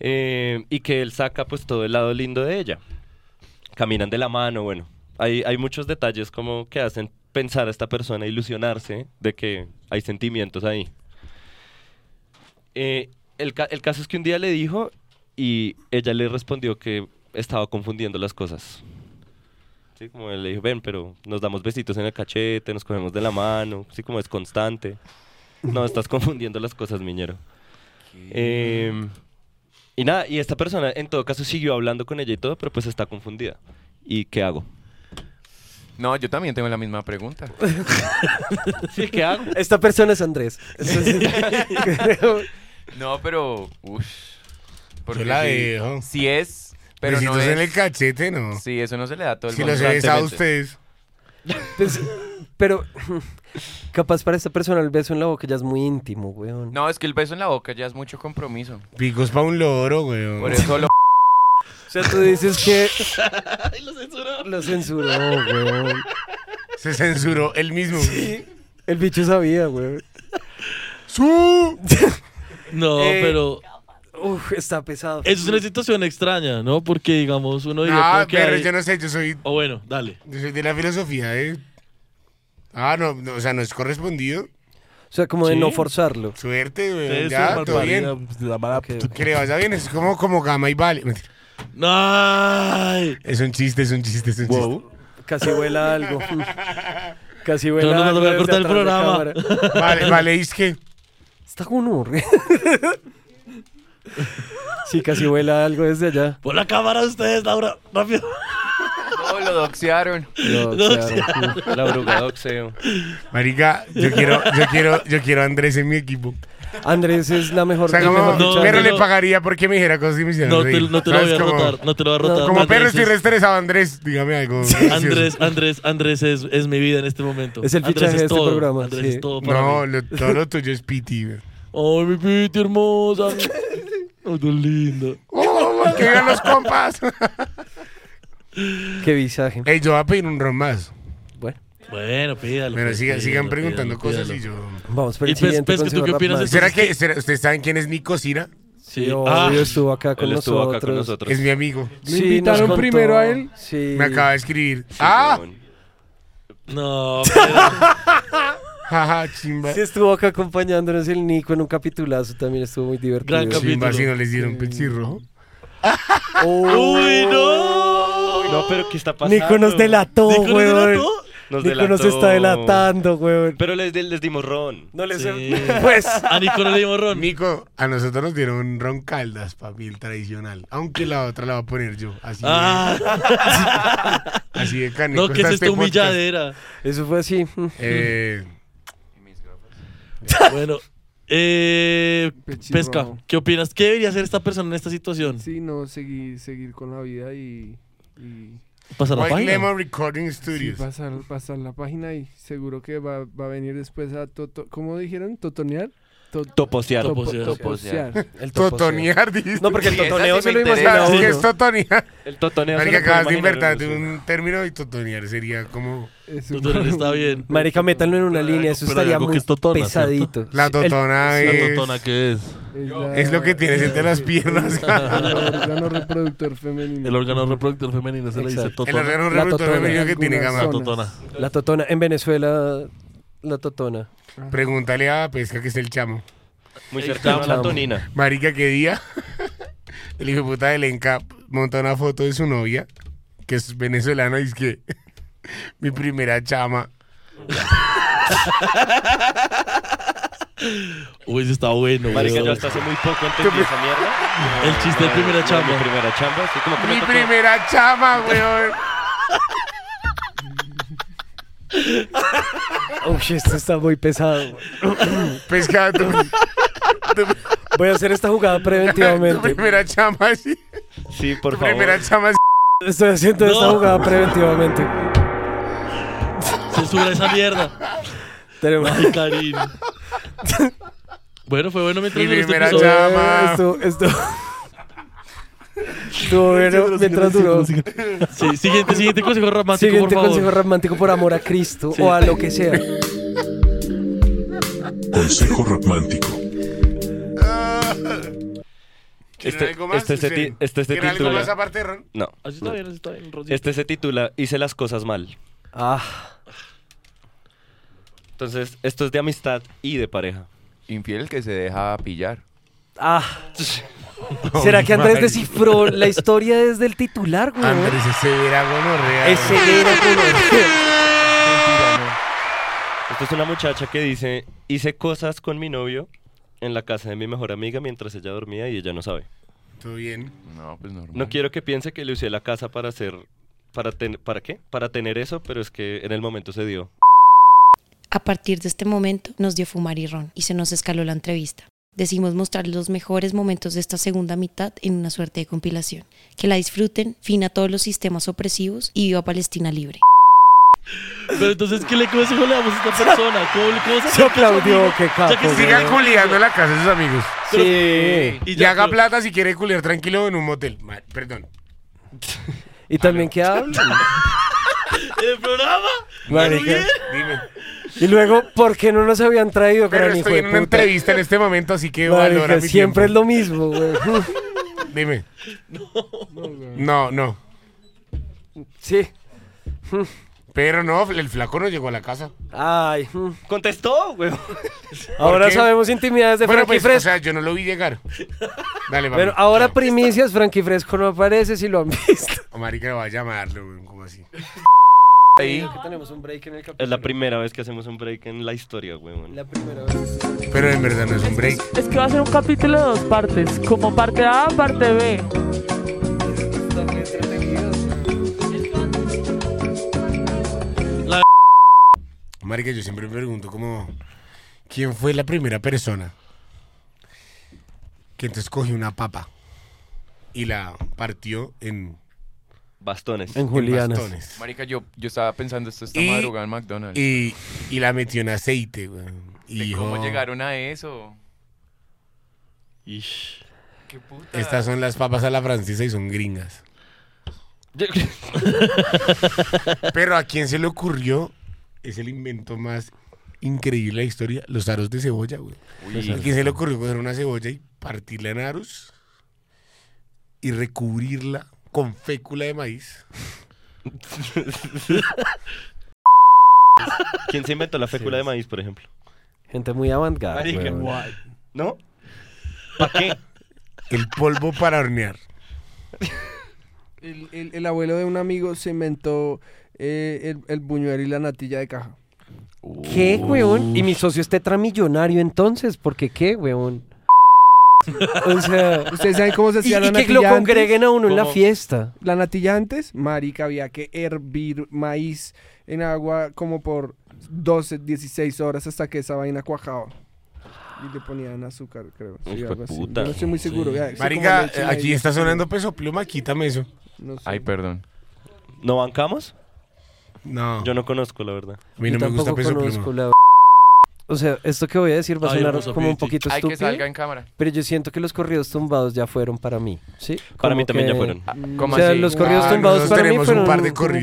Eh, y que él saca pues todo el lado lindo de ella. Caminan de la mano, bueno. Hay, hay muchos detalles como que hacen pensar a esta persona, ilusionarse de que hay sentimientos ahí. Eh, el, ca- el caso es que un día le dijo y ella le respondió que estaba confundiendo las cosas. Sí, como él le dijo, ven, pero nos damos besitos en el cachete, nos cogemos de la mano, así como es constante. No, estás confundiendo las cosas, miñero. Em, y nada, y esta persona en todo caso siguió hablando con ella y todo, pero pues está confundida. ¿Y qué hago? No, yo también tengo la misma pregunta. Sí, ¿qué hago? Esta persona es Andrés. Eso sí. Creo- No, pero. Ush. Porque la sí- dejo. Pues Sí es, pero Besitos no es. en el cachete, no. Sí, eso no se le da a todo el Si mundo. los he besado a Constantemente. ustedes. pues, pero capaz para esta persona el beso en la boca ya es muy íntimo, weón. No, es que el beso en la boca ya es mucho compromiso. Picos pa' un loro, weón. Por eso lo. O sea, tú dices que Ay, lo censuró. lo censuró, weón. Se censuró él mismo. El bicho sabía, weón. ¡Su! No, Eh, pero Uf, está pesado. eso es una situación extraña, ¿no? Porque, digamos, uno diría Ah, como que pero hay- yo no sé, yo soy, O bueno, dale. yo soy de la filosofía, ¿eh? Ah, no, no, o sea, no es correspondido. O sea, como de ¿Sí? no forzarlo. Suerte, weón. Eso, Ya, todo barbaridad, bien. la Ah, mala- Que le vaya bien, es como, como gama y vale. Mentira. No. Ay. Es un chiste, es un chiste, es un chiste. Casi huela algo. Casi No, huela no, no, algo. voy a desde cortar el atrás de programa. cámara. Vale, vale, es que. Está con un Sí, casi vuela algo desde allá. Pon la cámara ustedes, Laura. Rápido. No, lo doxearon. No, claro. La brugadoxeo. Marica, yo quiero, yo quiero, yo quiero a Andrés en mi equipo. Andrés es la mejor. O sea, el como mejor no, luchador. perro le pagaría porque me dijera cosas y me hicieran No te- reír. no te lo voy ¿Sabes? a Como- rotar, no te lo voy a rotar. Como Andrés perro estoy es- re estresado, Andrés, dígame algo. Andrés, Andrés, Andrés es, es mi vida en este momento. Es el Andrés fichaje es de este todo, programa, Andrés sí. es todo para No, mí. lo, todo lo tuyo es piti. güey. Ay, mi piti hermosa. Ay, tan linda. ¡Oh, ¡Que vivan los compas! Qué visaje. Eh. Ey, yo voy a pedir un ron más. Bueno, pídalo. Bueno, pues, sigan, sigan pídalo, preguntando pídalo, cosas pídalo. y yo... Vamos, pero Y el pues, siguiente pues, ¿tú qué consejo opinas Rapman. de- ¿Será que será- ustedes saben quién es Nico Cira? Sí, Sí, obvio, ah, estuvo acá con él estuvo nosotros. acá con nosotros. Es mi amigo. Sí, ¿Me nos invitaron contó- primero a él? Sí. Me acaba de escribir. ¡Ah! No, pero- Jaja, chimba. Sí, estuvo acá acompañándonos el Nico en un capitulazo, también estuvo muy divertido. Gran capítulo. Chimba, si no les dieron pelcirrojo. ¡Uy, no! No, pero ¿qué está pasando? Nico nos delató, ¿Nico nos weón. delató? Nos Nico nos delató. está delatando, weón. Pero les, les dimos ron. No le Sí. Pues. A Nico no le dimos ron. Nico, a nosotros nos dieron un ron caldas, papi, el tradicional. Aunque la otra la voy a poner yo. Así de, Ah, así de canico. no, que es está esta este podcast. humilladera. Eso fue así. Eh, Bueno, eh, Pesca, Pechirrojo. ¿qué opinas? ¿Qué debería hacer esta persona en esta situación? Sí, no, seguir, seguir con la vida y... y ¿Pasar la White página? Lemon Recording sí, pues, Studios. pasar, pasar la página y seguro que va, va a venir después a... Toto, ¿Cómo dijeron? ¿Totonear? To- Toposear. topo- Toposear. Pues, Pues, toposear. El Totonear, dijiste. No, porque el Sí, esa totoneo sí se me lo interesa. imagina ¿Sabes uno. qué es totonear? El totoneo. se Marica, lo puede acabas de imaginar inventarte uno solo. un término y totonear sería como Es un- Tutorial está bien. Marica, métanlo en una Pero línea, algo- eso pero estaría algo que muy es totona, pesadito. la totona La es, totona que es. es la- es lo que tienes entre las piernas. El órgano reproductor femenino. El órgano reproductor femenino se le dice Exacto. El totona. órgano La reproductor totona. femenino que tiene Algunas gama. zonas. Totona. La totona. En Venezuela, la totona. Pregúntale a Pesca que es el chamo. Muy cercano a la tonina. Marica, ¿qué día? El hijo de puta de Lenca monta una foto de su novia, que es venezolana, y es que mi primera chama. Uy, eso está bueno. Marica, weón. yo hasta hace muy poco entendí esa mierda. El chiste de primera Mi chamba. primera chamba. Sí, como que me ¡Mi tocó- primera chama, weón! Uy, esto está muy pesado. Pesca, tu, tu- Voy a hacer esta jugada tu preventivamente. primera chama, sí. Sí, por Tu favor. primera chama, sí. Estoy haciendo esta No. jugada preventivamente. Censura esa mierda. Tenemos. Ay, Karim. Bueno, fue bueno mientras Mi duró este primera episodio. chamba. Llama. Esto, esto. Estuvo bueno mientras duró. Sí, siguiente, siguiente consejo romántico, Siguiente por favor. consejo romántico por amor a Cristo Sí. o a lo que sea. Consejo romántico. ¿Quieren Este- algo más? este se ti- ¿Ustedes? este se ¿Quieren algo titula- más aparte de Ron? No. Así está bien, así está bien, Rosy. Este se titula Hice las cosas mal. Ah, Entonces, esto es de amistad y de pareja. Infiel que se deja pillar. ah. ¿Será que Andrés descifró la historia desde el titular, güey? Andrés, ese era gonorrea. Ese era como- Esta es una muchacha que dice, hice cosas con mi novio en la casa de mi mejor amiga mientras ella dormía y ella no sabe. Todo bien. No, pues normal. No quiero que piense que le usé la casa para hacer... Para, ten- ¿Para qué? Para tener eso, pero es que en el momento se dio. A partir de este momento nos dio fumar y ron y se nos escaló la entrevista. Decimos mostrar los mejores momentos de esta segunda mitad en una suerte de compilación. Que la disfruten, fin a todos los sistemas opresivos y viva Palestina libre. Pero entonces, ¿qué le consejo le damos a esta persona? ¿Cómo, le- cómo se Se aplaudió, qué capo. Ya que güey. Sigan culiando en la casa de sus amigos. Sí. Y, ya, haga pero- plata si quiere culiar tranquilo en un motel. Ma- Perdón. Y también que hablan. ¿El programa? Marica. Dime. Y luego, ¿por qué no nos habían traído, Pero gran hijo estoy de en una puta? entrevista en este momento, así que valora Marica, mi siempre es tiempo. lo mismo, güey. Dime. No, no. Sí. Pero no, el flaco no llegó a la casa. Este Ay. mm. ¡Contestó, güey! Ahora qué? sabemos intimidades de bueno, Frankie pues, o Fresco. sea, yo no lo vi llegar. Dale, papi. Bueno, ahora Chao. primicias, Frankie Fresco no aparece si lo han visto. O marica, va a llamarlo, güey, como así. Ahí. Tenemos un break en el capítulo. Es la primera vez que hacemos un break en la historia, güey. La primera vez. Pero en verdad no es un break. Es que va a ser un capítulo de dos partes, como parte A, parte B. Marica, yo siempre me pregunto como... ¿Quién fue la primera persona que entonces cogió una papa y la partió en Bastones. En julianas. bastones. Marica, yo, yo estaba pensando esto esta Y- madrugada en McDonald's. y, y la metió en aceite, güey. Y ¿De dijo, ¿Cómo llegaron a eso? Qué puta. estas son las papas a la francesa y son gringas. Pero a quién se le ocurrió es el invento más increíble de la historia, los aros de cebolla, güey. Uy. ¿A quién se le ocurrió coger una cebolla y partirla en aros y recubrirla con fécula de maíz? ¿Quién se inventó la fécula de maíz, por ejemplo? Gente muy avanzada. Marica, weón. guay. ¿No? ¿Para qué? El polvo para hornear. El, el- el abuelo de un amigo se inventó eh, el, el buñuelo y la natilla de caja. ¿Qué, weón? Y mi socio es tetramillonario entonces, porque qué, weón. O sea, ¿Ustedes saben cómo se hacía y, la y que natilla lo antes? congreguen a uno en la ¿Cómo? fiesta. La natilla antes, marica, había que hervir maíz en agua como por 12, 16 horas hasta que esa vaina cuajaba. Y le ponían azúcar, creo. Sí, algo así. Yo no estoy muy seguro. ya, sé Marica, cómo le echan aquí ahí. está sonando peso pluma, quítame eso. No Ay, perdón. ¿No bancamos? No. Yo no conozco, la verdad. A mí no Yo me gusta tampoco Peso conozco Pluma. la- O sea, esto que voy a decir va a Ay, sonar hermoso, como un Pichi. poquito Ay, que estúpido. salga en cámara. Pero yo siento que los corridos tumbados ya fueron para mí, ¿sí? Para mí también ya fueron. O sea, los corridos Ah, tumbados para mí fueron... ¿Cómo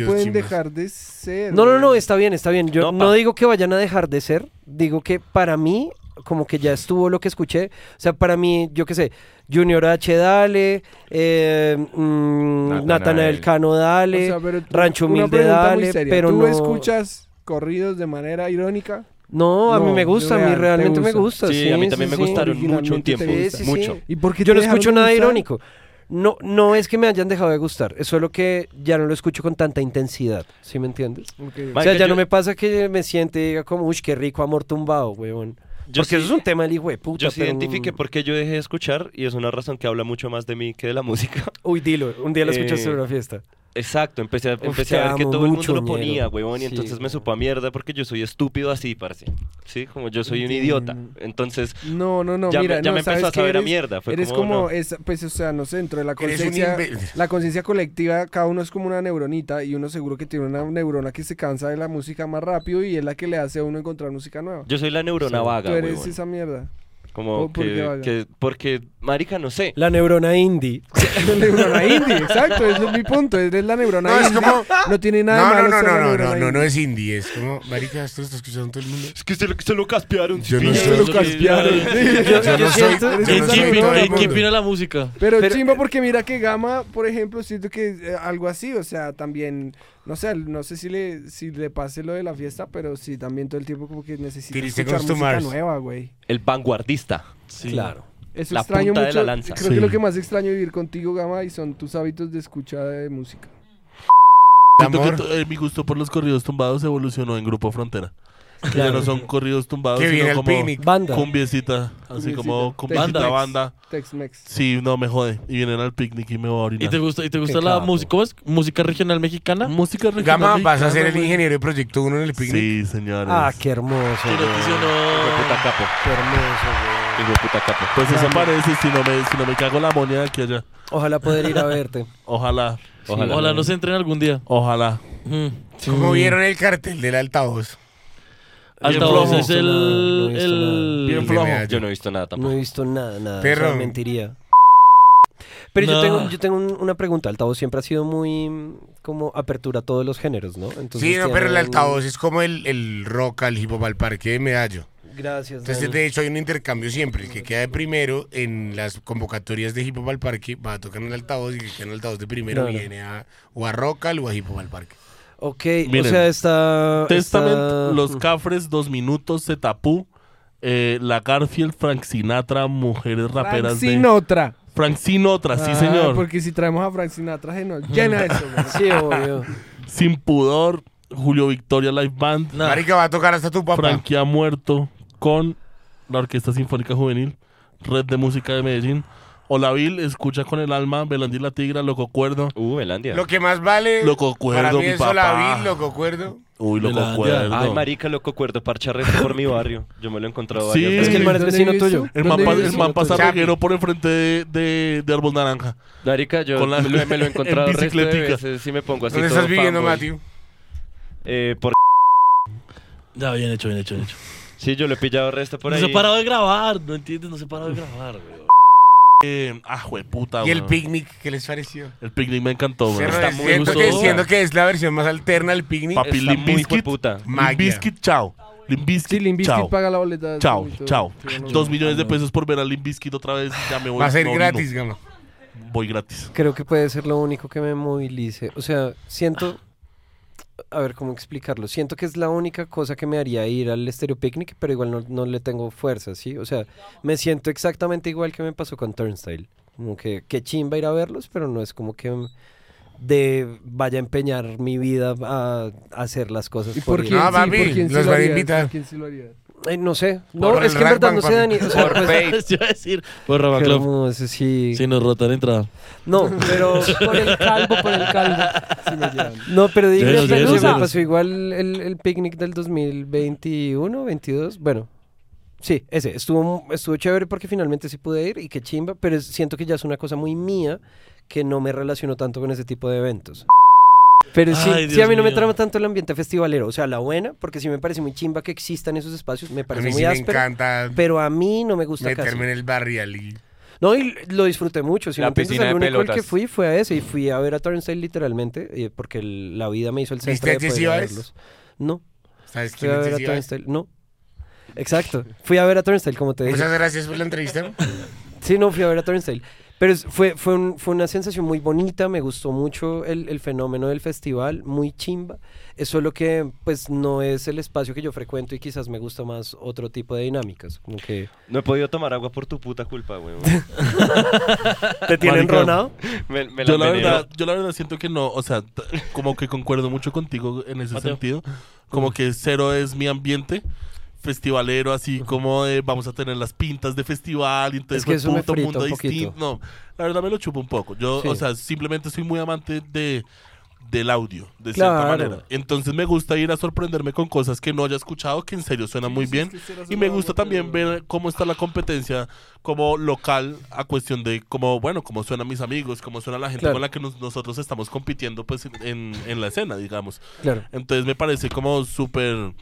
pueden dejar de ser? No, no, no, está bien, está bien. Yo no digo que vayan a dejar de ser, digo que para mí como que ya estuvo lo que escuché. O sea, para mí, yo qué sé, Junior H. Dale, eh, mm, Natanael. Natanael Cano Dale, O sea, pero tú- Rancho una Humilde pregunta muy Dale, seria. pero ¿Tú no... escuchas corridos de manera irónica? No, a mí me gusta, a mí real, te realmente me gusta. Sí, a mí también me gustaron Originalmente mucho un te tiempo, gusta. mucho. ¿Y por qué Yo te no dejaron escucho de nada gustar? irónico. No, no es que me hayan dejado de gustar, es solo que ya no lo escucho con tanta intensidad, ¿sí me entiendes? O sea, Marica, ya yo- no me pasa que me siente y diga como, uy, qué rico amor tumbado, weón. Yo Porque eso sí- es un tema del hijo de puta. Yo sí pero- mm. identifiqué por qué yo dejé de escuchar y es una razón que habla mucho más de mí que de la música. Uy, dilo, un día lo escuchaste Eh, en una fiesta. Exacto, empecé a, Uf, empecé te a ver que amo todo el mundo mucho, lo ponía, ñero. huevón, y Sí, entonces me supo a mierda porque yo soy estúpido así, parce. Sí, como yo soy un Entiendo. idiota. Entonces, No, no, no, ya mira, me, ya no, me ¿sabes empezó a qué saber a eres? mierda. Fue eres como, como, no. es- pues, o sea, no sé, dentro de la Eres un conciencia, imbécil. la conciencia colectiva, cada uno es como una neuronita y uno seguro que tiene una neurona que se cansa de la música más rápido y es la que le hace a uno encontrar música nueva. Yo soy la neurona vaga, Tú eres huevón. esa mierda. Como ¿Por- por qué que, vaga? que- porque, marica, no sé. La neurona indie. La neurona indie, exacto, ese es mi punto, eres la neurona No, es indie. como- No tiene nada de No, no, malo no, ser la no, no, neurona no, no, indie. no es indie, es como, marica, esto lo está escuchando todo el mundo. Es que se lo, se lo caspearon. Yo no Sí, soy- yo- eh. Yo- yo no soy- yo no soy ¿En qué todo opina- el en qué mundo. opina la música? Pero, chimba porque mira que Gama, por ejemplo, siento que eh, algo así, o sea, también, no sé, no sé si le, si le pase lo de la fiesta, pero sí, también todo el tiempo como que necesita Three escuchar Seconds to música Mars. nueva, güey. El vanguardista. Claro. Eso la extraño punta mucho. de la lanza. Creo que lo que más extraño de vivir contigo, Gama, y son tus hábitos de escucha de música. Siento que to- eh, mi gusto por los corridos tumbados evolucionó en Grupo Frontera. Que Ya Claro. no son corridos tumbados, Que viene sino el como picnic. Banda. cumbiecita, así Cumbiecita. como cumbia Tex-Mex. banda, banda. Tex-Mex. Sí, no, me jode. Y vienen al picnic y me voy a orinar. ¿Y te gusta, y te gusta Qué la capo. música? ¿Cómo es? ¿Música regional mexicana? Música regional Gama, vas a ser mexicana, el güey. ingeniero de proyecto 1 en el picnic. Sí, señores. Ah, qué hermoso. Que weón. noticionó. Puta capo. Qué hermoso, weón. Hijo de puta capo. Pues eso parece si no me, si no me cago la moña de aquí allá. Ojalá poder ir a verte. Ojalá. Ojalá. Ojalá nos entren algún día. Ojalá. Mm. ¿Cómo vieron el cartel del altavoz? Altavoz flojo. es No el. Bien he visto nada. el- El de flojo. Medallo. Yo no he visto nada tampoco. No he visto nada, nada. Perro. o sea, mentiría. Pero yo No. tengo, yo tengo un- una pregunta. Altavoz siempre ha sido muy mm, como apertura a todos los géneros, ¿no? Entonces sí, no, pero el tienen- altavoz es como el, el rock al hip hop al parque de medallo. Gracias. Entonces, Dani. de hecho, hay un intercambio siempre. El que queda de primero en las convocatorias de hip hop al parque va a tocar en el altavoz y el que queda en el altavoz de primero Claro. viene a, o a rock al o a hip hop al parque. Ok, Miren, o sea, está... Testament, está- Los Cafres, Dos Minutos, Zetapú, eh, La Garfield, Frank Sinatra, Mujeres Raperas Frank de... Sinatra. Frank Sinatra, sí Ah, señor. Porque si traemos a Frank Sinatra, se nos llena eso, güey. Sí, obvio. Sin Pudor, Julio Victoria Live Band, Nada. Marica va a tocar hasta tu papá. Frankie ha muerto con la Orquesta Sinfónica Juvenil, Red de Música de Medellín, Olavil, Escucha con el alma, Belandí la tigra, Loco Cuerdo. Uh, Belandia. Lo que más vale Loco para Cuerdo, mí mi es papá. Olavid, loco cuerdo. Uy, Loco Belandia. Cuerdo. Ay, marica, loco cuerdo, parcha reto por mi barrio. Yo me lo he encontrado Sí. varias veces. El man, pa- el man pasa reguero por enfrente de, de, de Árbol Naranja. Marica, yo Con la- me, me lo he encontrado en resto de bicicletica. veces si me pongo así ¿Dónde todo estás viviendo, fanboy. Matthew? Eh, por... Ya, bien hecho, bien hecho, bien hecho. Sí, yo lo he pillado resto por no ahí. se ha parado de grabar, ¿no entiendes? No se ha parado de grabar, güey. Eh, ah, jueputa, ¿Y el weón. picnic qué les pareció? El picnic me encantó, güey. Cerro, siento, que, siento que es la versión más alterna del picnic. Papi, Está Limp muy Bizkit, jueputa. Limp Magia. Bizkit, chao. Limp Bizkit, Bizkit chao. paga la boleta. Chao, bonito. chao. Sí, no, Dos no. millones de pesos por ver a Limp Bizkit otra vez. Ya me voy. Va a ser No, gratis, no. Gama. Voy gratis. Creo que puede ser lo único que me movilice. O sea, siento. A ver cómo explicarlo. Siento que es la única cosa que me haría ir al Estéreo Picnic, pero igual no, no le tengo fuerza, ¿sí? O sea, me siento exactamente igual que me pasó con Turnstile. Como que, que chimba ir a verlos, pero no es como que de vaya a empeñar mi vida a, hacer las cosas. ¿Y por ir. quién? sí, ¿por quién sí lo harías? ¿Por quién sí lo harías? Eh, no sé. No, Por el es que en verdad Ragband, no sé, Dani. papi. O sea, Por pues- Fate. Yo iba a decir, por Rama Qué Club. hermoso, sí. Si nos rotan entrada. No, pero por el calvo, por el calvo. No, pero digo, Llenos, pero llenos, se me llenos. pasó igual el, el picnic del 2021, 22, bueno. Sí, ese, estuvo, estuvo chévere porque finalmente sí pude ir y qué chimba, pero es- siento que ya es una cosa muy mía que no me relaciono tanto con ese tipo de eventos. Pero sí, Ay, sí, Dios a mí no me mío. trama tanto el ambiente festivalero, o sea, la buena, porque sí me parece muy chimba que existan esos espacios, me parece mí muy sí me áspero, encanta pero a mí no me gusta Meterme casi. en el barrial y No, y lo disfruté mucho. Si La no entiendes, piscina el de único al que pelotas. fui fue a ese y fui a ver a Turnstile literalmente eh, porque el- la vida me hizo el ¿Viste centro de a Jesse poder ir a Ives? verlos. No. ¿Sabes Fui quién a es ver a Jesse Ives? Turnstile. No. Exacto. Fui a ver a Turnstile, como te dije. Muchas gracias por la entrevista. Sí, no, fui a ver a Turnstile. Pero es- fue, fue, un- fue una sensación muy bonita, me gustó mucho el, el fenómeno del festival, muy chimba. Es solo que pues no es el espacio que yo frecuento y quizás me gusta más otro tipo de dinámicas. Como que... No he podido tomar agua por tu puta culpa, güey. ¿Te tienen Marica, ronado? Me, me la yo, la envenenó. verdad, yo la verdad siento que no, o sea, t- como que concuerdo mucho contigo en ese Mateo. sentido. Como que cero es mi ambiente festivalero, así como de vamos a tener las pintas de festival, y entonces Es que fue eso me puto frita mundo un poquito. distinto. No, la verdad me lo chupo un poco. Yo, Sí. o sea, simplemente soy muy amante de del audio, de cierta Claro. manera. Entonces me gusta ir a sorprenderme con cosas que no haya escuchado, que en serio suenan muy bien. Y me gusta también ver cómo está la competencia como local a cuestión de cómo, bueno, cómo suenan mis amigos, cómo suena la gente Claro. con la que nos- nosotros estamos compitiendo pues en, en- en la escena, digamos. Claro. Entonces me parece como súper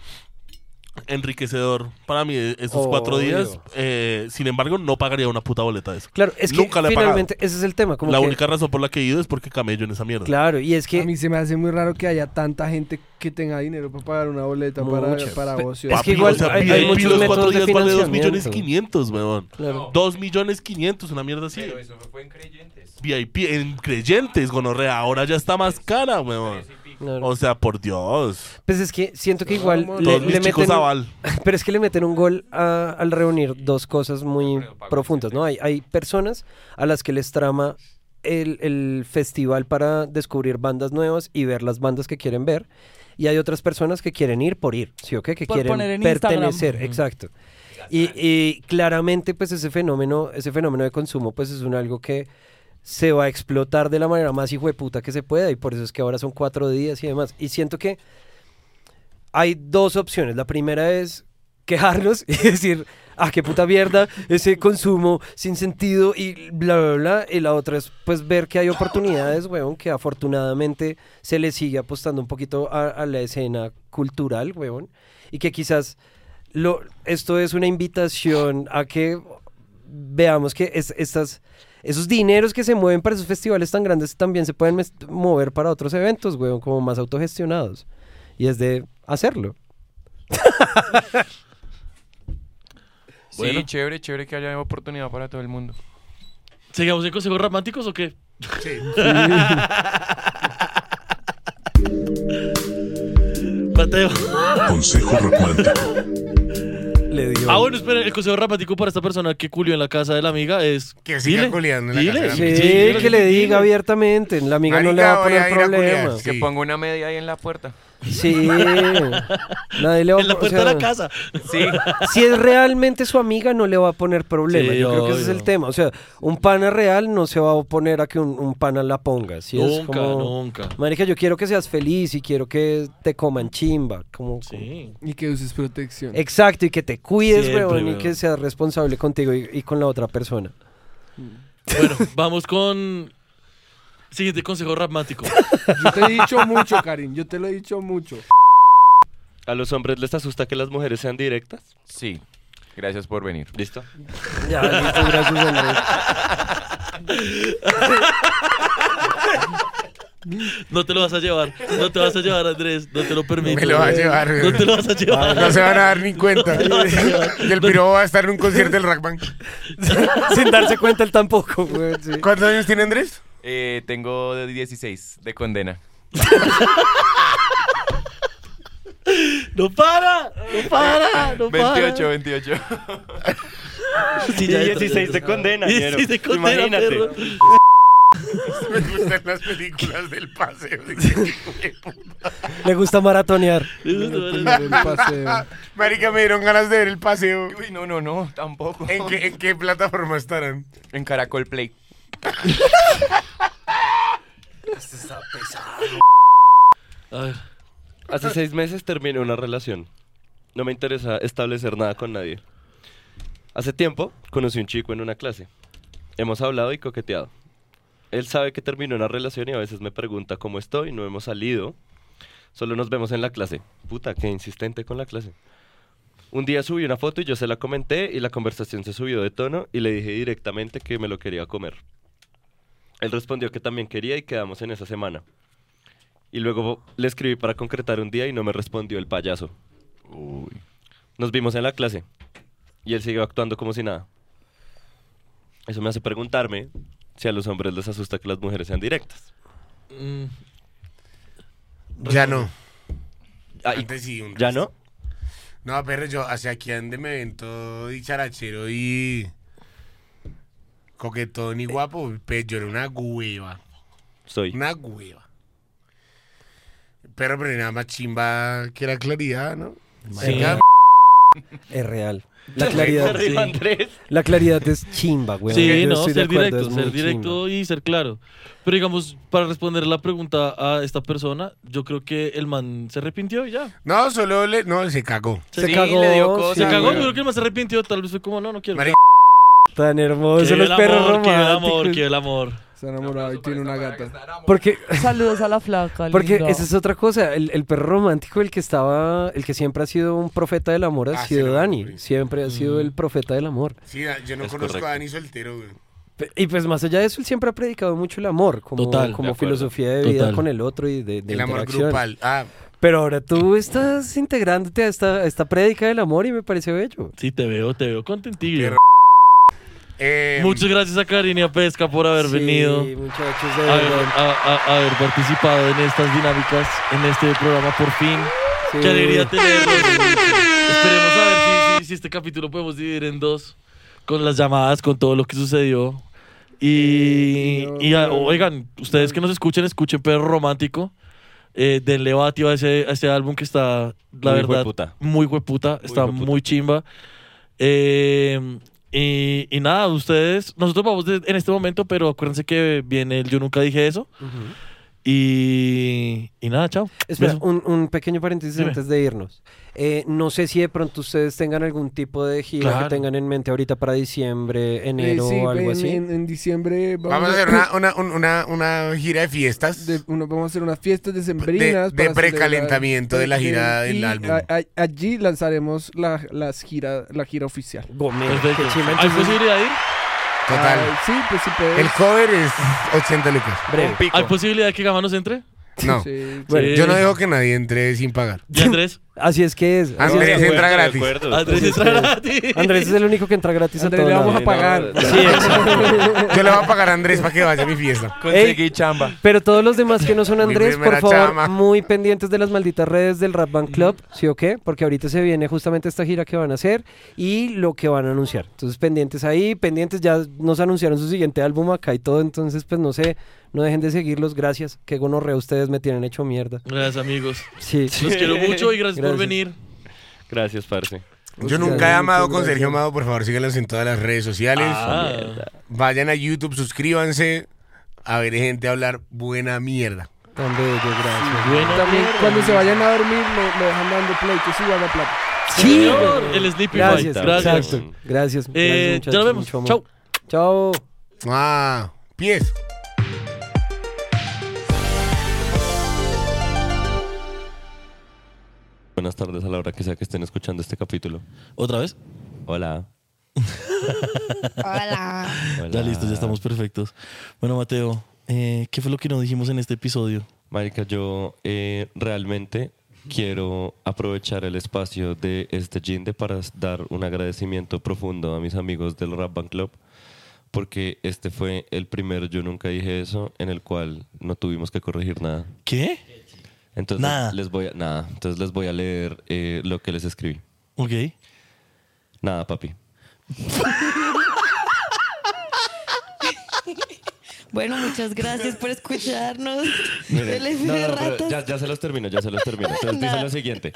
enriquecedor para mí esos cuatro Obvio. días. Eh, sin embargo, no pagaría una puta boleta de eso. Claro, es que Nunca la he pagado. finalmente ese es el tema. Como la que- única razón por la que he ido es porque camello en esa mierda. Claro, y es que... A mí se me hace muy raro que haya tanta gente que tenga dinero para pagar una boleta Muchas. para, para Pe- ocio. Es Papi, que igual o sea, hay- VIP hay muchos los cuatro métodos de días vale 2 millones financiamiento. 500, weón. Claro. 2 millones 500, una mierda así. Pero eso fue en creyentes. VIP en creyentes, gonorrea. Ahora ya está más cara, weón. Claro. O sea, por Dios. Pues es que siento que igual Todos le, mis le chicos meten. Zaval. Pero es que le meten un gol a- al reunir dos cosas muy profundas, ¿no? Hay, hay personas a las que les trama el, el festival para descubrir bandas nuevas y ver las bandas que quieren ver. Y hay otras personas que quieren ir por ir, ¿sí o qué? Que Por quieren poner en Instagram. pertenecer, exacto. Y, y claramente, pues ese fenómeno, ese fenómeno de consumo, pues es un algo que se va a explotar de la manera más hijo de puta que se pueda. Y por eso es que ahora son cuatro días y demás. Y siento que hay dos opciones. La primera es quejarnos y decir, ah, qué puta mierda, ese consumo sin sentido y bla, bla, bla. Y la otra es, pues, ver que hay oportunidades, weón, que afortunadamente se le sigue apostando un poquito a, a la escena cultural, weón. Y que quizás lo, esto es una invitación a que veamos que es- estas... Esos dineros que se mueven para esos festivales tan grandes también se pueden mes- mover para otros eventos, weón, como más autogestionados. Y es de hacerlo. Sí, chévere, chévere que haya oportunidad para todo el mundo. ¿Sigamos en consejos románticos o qué? Sí. Mateo. Consejo romántico. Ah, bueno, espera, el consejo romántico para esta persona que culió en la casa de la amiga es. Que siga dile, culiando en la dile, casa de la Sí, dile, dile, que le dile. diga abiertamente. La amiga no le va a Marica, voy poner a ir a culiar, problema. sí. Que ponga una media ahí en la puerta. Sí. Nadie le va En la o puerta sea, de la casa. Sí. Si es realmente su amiga, no le va a poner problema. Sí, Yo creo que ese es el obvio. tema. O sea, un pana real no se va a oponer a que un, un pana la ponga. Si es Nunca, como, nunca. Marica, yo quiero que seas feliz y quiero que te coman chimba. Como, como- Y que uses protección. Exacto, y que te cuides, Siempre, weón, y weón. que seas responsable contigo y, y con la otra persona. Bueno, vamos con. Siguiente consejo rapmático. Yo te he dicho mucho, Karim. Yo te lo he dicho mucho. ¿A los hombres les asusta que las mujeres sean directas? Sí. Gracias por venir. ¿Listo? Ya, listo, gracias, Andrés. No te lo vas a llevar. No te vas a llevar, Andrés. No te lo permito. Me lo va a llevar, güey. No te lo vas a llevar. No se van a dar ni cuenta. No te lo vas a llevar. Y el piro va a estar en un concierto del Rackman. Sin darse cuenta él tampoco, weón, sí. ¿Cuántos años tiene Andrés? Eh, tengo de 16 de condena. ¡No para! ¡No para! ¡No para! 28, 28. Sí, Y ya 16 está, ya de está. condena, 16 de ñero. condena, Imagínate. perro. Me gustan las películas del paseo. Le gusta maratonear. Marica, me dieron ganas de ver el paseo. Uy, no, no, no, tampoco. ¿En qué, en qué plataforma estarán? En Caracol Play. Hace seis meses terminé una relación. No me interesa establecer nada con nadie. Hace tiempo conocí un chico en una clase. Hemos hablado y coqueteado. Él sabe que terminó una relación y a veces me pregunta cómo estoy, no hemos salido. Solo nos vemos en la clase. Puta, qué insistente con la clase. Un día subí una foto y yo se la comenté y la conversación se subió de tono y le dije directamente que me lo quería comer. Él respondió que también quería y quedamos en esa semana. Y luego le escribí para concretar un día y no me respondió el payaso. Nos vimos en la clase y él siguió actuando como si nada. Eso me hace preguntarme si a los hombres les asusta que las mujeres sean directas. Mm, Ya no. Ah, y- Antes sí, un ¿Ya resto. no? No, pero yo hacia aquí ande me ven todo dicharachero y coquetón y guapo, pero yo era una hueva. Soy. Una hueva. Pero, pero nada más chimba que la claridad, ¿no? Marica, Es real. La Se claridad. rió sí. Andrés. La claridad es chimba, weón. sí, Yo no, estoy de ser acuerdo, directo, es ser muy chimba. directo y ser claro. Pero digamos, para responder la pregunta a esta persona, yo creo que el man se arrepintió y ya. No, solo le... No, se cagó. Se cagó, le dio sí. cosas. Se cagó, bueno. yo creo que el man se arrepintió, tal vez fue como, no, no quiero. Marica, Tan Que hermosos viva los el perros amor, que viva el amor, románticos. que viva el amor. Se ha enamorado y tiene una gata. Porque, Saludos a la flaca. porque linda. esa es otra cosa. El, el perro romántico, el que estaba, el que siempre ha sido un profeta del amor, ha Ah, se sido lo Dani. descubrí. Siempre ha sido Mm. el profeta del amor. Sí, ah, yo no Es conozco correcto. a Dani soltero, güey. Pe- Y pues más allá de eso, él siempre ha predicado mucho el amor, como, Total, como de acuerdo. filosofía de vida Total. con el otro y de, de El amor interacción. grupal. Ah, Pero ahora tú estás integrándote a esta, a esta prédica del amor y me parece bello. Sí, te veo, te veo contentillo. Perro. eh, Muchas gracias a Karina Pesca por haber Sí, venido. muchachos, de a Haber, verdad. a- a- haber participado en estas dinámicas, en este programa por fin. Sí. Qué alegría tenerlo. Esperemos a ver si, si- si este capítulo podemos dividir en dos, con las llamadas, con todo lo que sucedió. Y, y, a- oigan, ustedes que nos escuchen, escuchen Perro Romántico. Eh, denle batio a ese, a ese álbum que está, Muy la verdad, hueputa. muy hueputa, está hueputa. muy chimba. Eh, y, y nada, ustedes, nosotros vamos de- en este momento, pero acuérdense que viene el Yo Nunca Dije Eso. y, y nada, chao. Espera, Beso. un, un pequeño paréntesis Dime. antes de irnos. Eh, no sé si de pronto ustedes tengan algún tipo de gira Claro. que tengan en mente ahorita para diciembre, Eh, enero sí, o algo en, así. en- en diciembre vamos, vamos a hacer una, una, un- una, una gira de fiestas. de- uno- vamos a hacer unas fiestas de, decembrinas. de para celebrar- precalentamiento de la gira Y del álbum. a- a- allí lanzaremos la, las gira, la gira oficial. Gómez, Perfecto. pues, qué chimba, ¿Hay entonces, posibilidad de ir? Total. Ah, sí, pues si puedes. El cover es 80 lucas. breve. pues, Pico. ¿Hay posibilidad de que Gama nos entre? No. Sí, Bueno, Sí. Yo no dejo que nadie entre sin pagar. ¿Y Andrés? Así es que es. así Andrés es que- entra De acuerdo, gratis. de acuerdo. Así es que Andrés es. entra gratis. Andrés es el único que entra gratis Andrés, a todo le vamos a lado. pagar. Sí, exacto. Yo le voy a pagar a Andrés para que vaya a mi fiesta. Conseguí chamba. Pero todos los demás que no son Mi Andrés, por primera favor, chama. muy pendientes de las malditas redes del Rap Band Club, ¿sí o qué? Porque ahorita se viene justamente esta gira que van a hacer y lo que van a anunciar. Entonces, pendientes ahí, pendientes, ya nos anunciaron su siguiente álbum acá y todo, entonces, pues no sé, no dejen de seguirlos, gracias. Qué gonorrea, ustedes me tienen hecho mierda. Gracias, amigos. Sí. Los quiero mucho y gracias, por Gracias. venir. Gracias, parce. Yo nunca he amado con Sergio Amado, por favor, síganos en todas las redes sociales. Ah, mierda. Vayan a YouTube, suscríbanse. A ver, gente, hablar buena mierda. Tan bello, gracias. También cuando se vayan a dormir, lo, lo dejan dando play, que suban la plata. Sí, Señor, güey. el Sleepy gracias, Fight. Gracias. exacto. Gracias. Eh, gracias, ya nos muchachos, vemos. mucho amor. Chao. Chao. Ah, pies. Buenas tardes a la hora que sea que estén escuchando este capítulo. ¿Otra vez? Hola. Hola. Ya listo, ya estamos perfectos. Bueno, Mateo, eh, ¿qué fue lo que nos dijimos en este episodio? Marica, yo eh, realmente quiero aprovechar el espacio de este Jinde para dar un agradecimiento profundo a mis amigos del Rap Band Club, porque este fue el primer Yo Nunca Dije Eso en el cual no tuvimos que corregir nada. ¿Qué? Entonces, Nada. Les voy a, nada. Entonces les voy a leer eh, lo que les escribí. Ok. Nada, papi. Bueno, muchas gracias por escucharnos. Miren, El no, de no, pero ratas. ya, ya se los termino, ya se los termino. Entonces dice Nada. lo siguiente.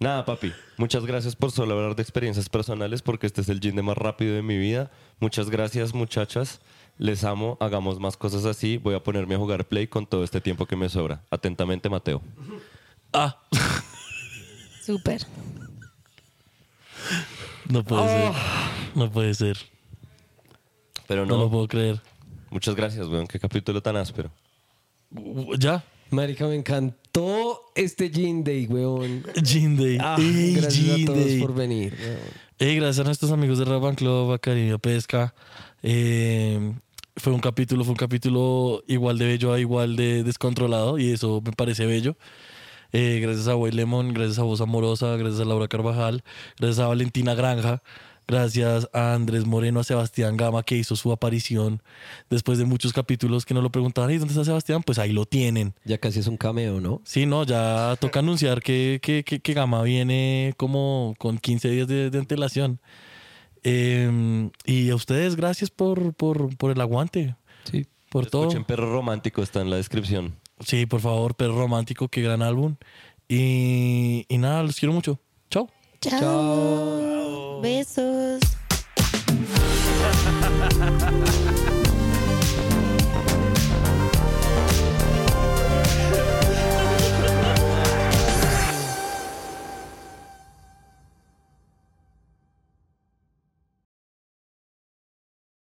Nada, papi, muchas gracias por solo hablar de experiencias personales porque este es el gym de más rápido de mi vida. Muchas gracias, muchachas. Les amo, hagamos más cosas así. Voy a ponerme a jugar play con todo este tiempo que me sobra. Atentamente, Mateo. Ah, Súper. no puede ser. No puede ser. Pero no. Ah. No lo puedo creer. Muchas gracias, weón. Qué capítulo tan áspero. ¿Ya? Marica, me encantó este Jean Day, weón. Jean Day. Ah, Ey, gracias Jean a todos Day. por venir. weón. Ey, gracias a nuestros amigos de Raban Club, Academia Pesca. Eh, fue un capítulo, fue un capítulo igual de bello a igual de descontrolado y eso me parece bello. Eh, gracias a Way Lemon, gracias a Voz Amorosa, gracias a Laura Carvajal, gracias a Valentina Granja, gracias a Andrés Moreno, a Sebastián Gama que hizo su aparición después de muchos capítulos que nos lo preguntaban, ¿y dónde está Sebastián? Pues ahí lo tienen. Ya casi es un cameo, ¿no? Sí, no, ya toca anunciar que, que, que- que Gama viene como con 15 días de, de antelación. Eh, y a ustedes, gracias por, por, por el aguante. Sí. Por todo. Escuchen Perro Romántico, está en la descripción. Sí, por favor, Perro Romántico, qué gran álbum. Y, y nada, los quiero mucho. Chao. Chao. Oh. Besos.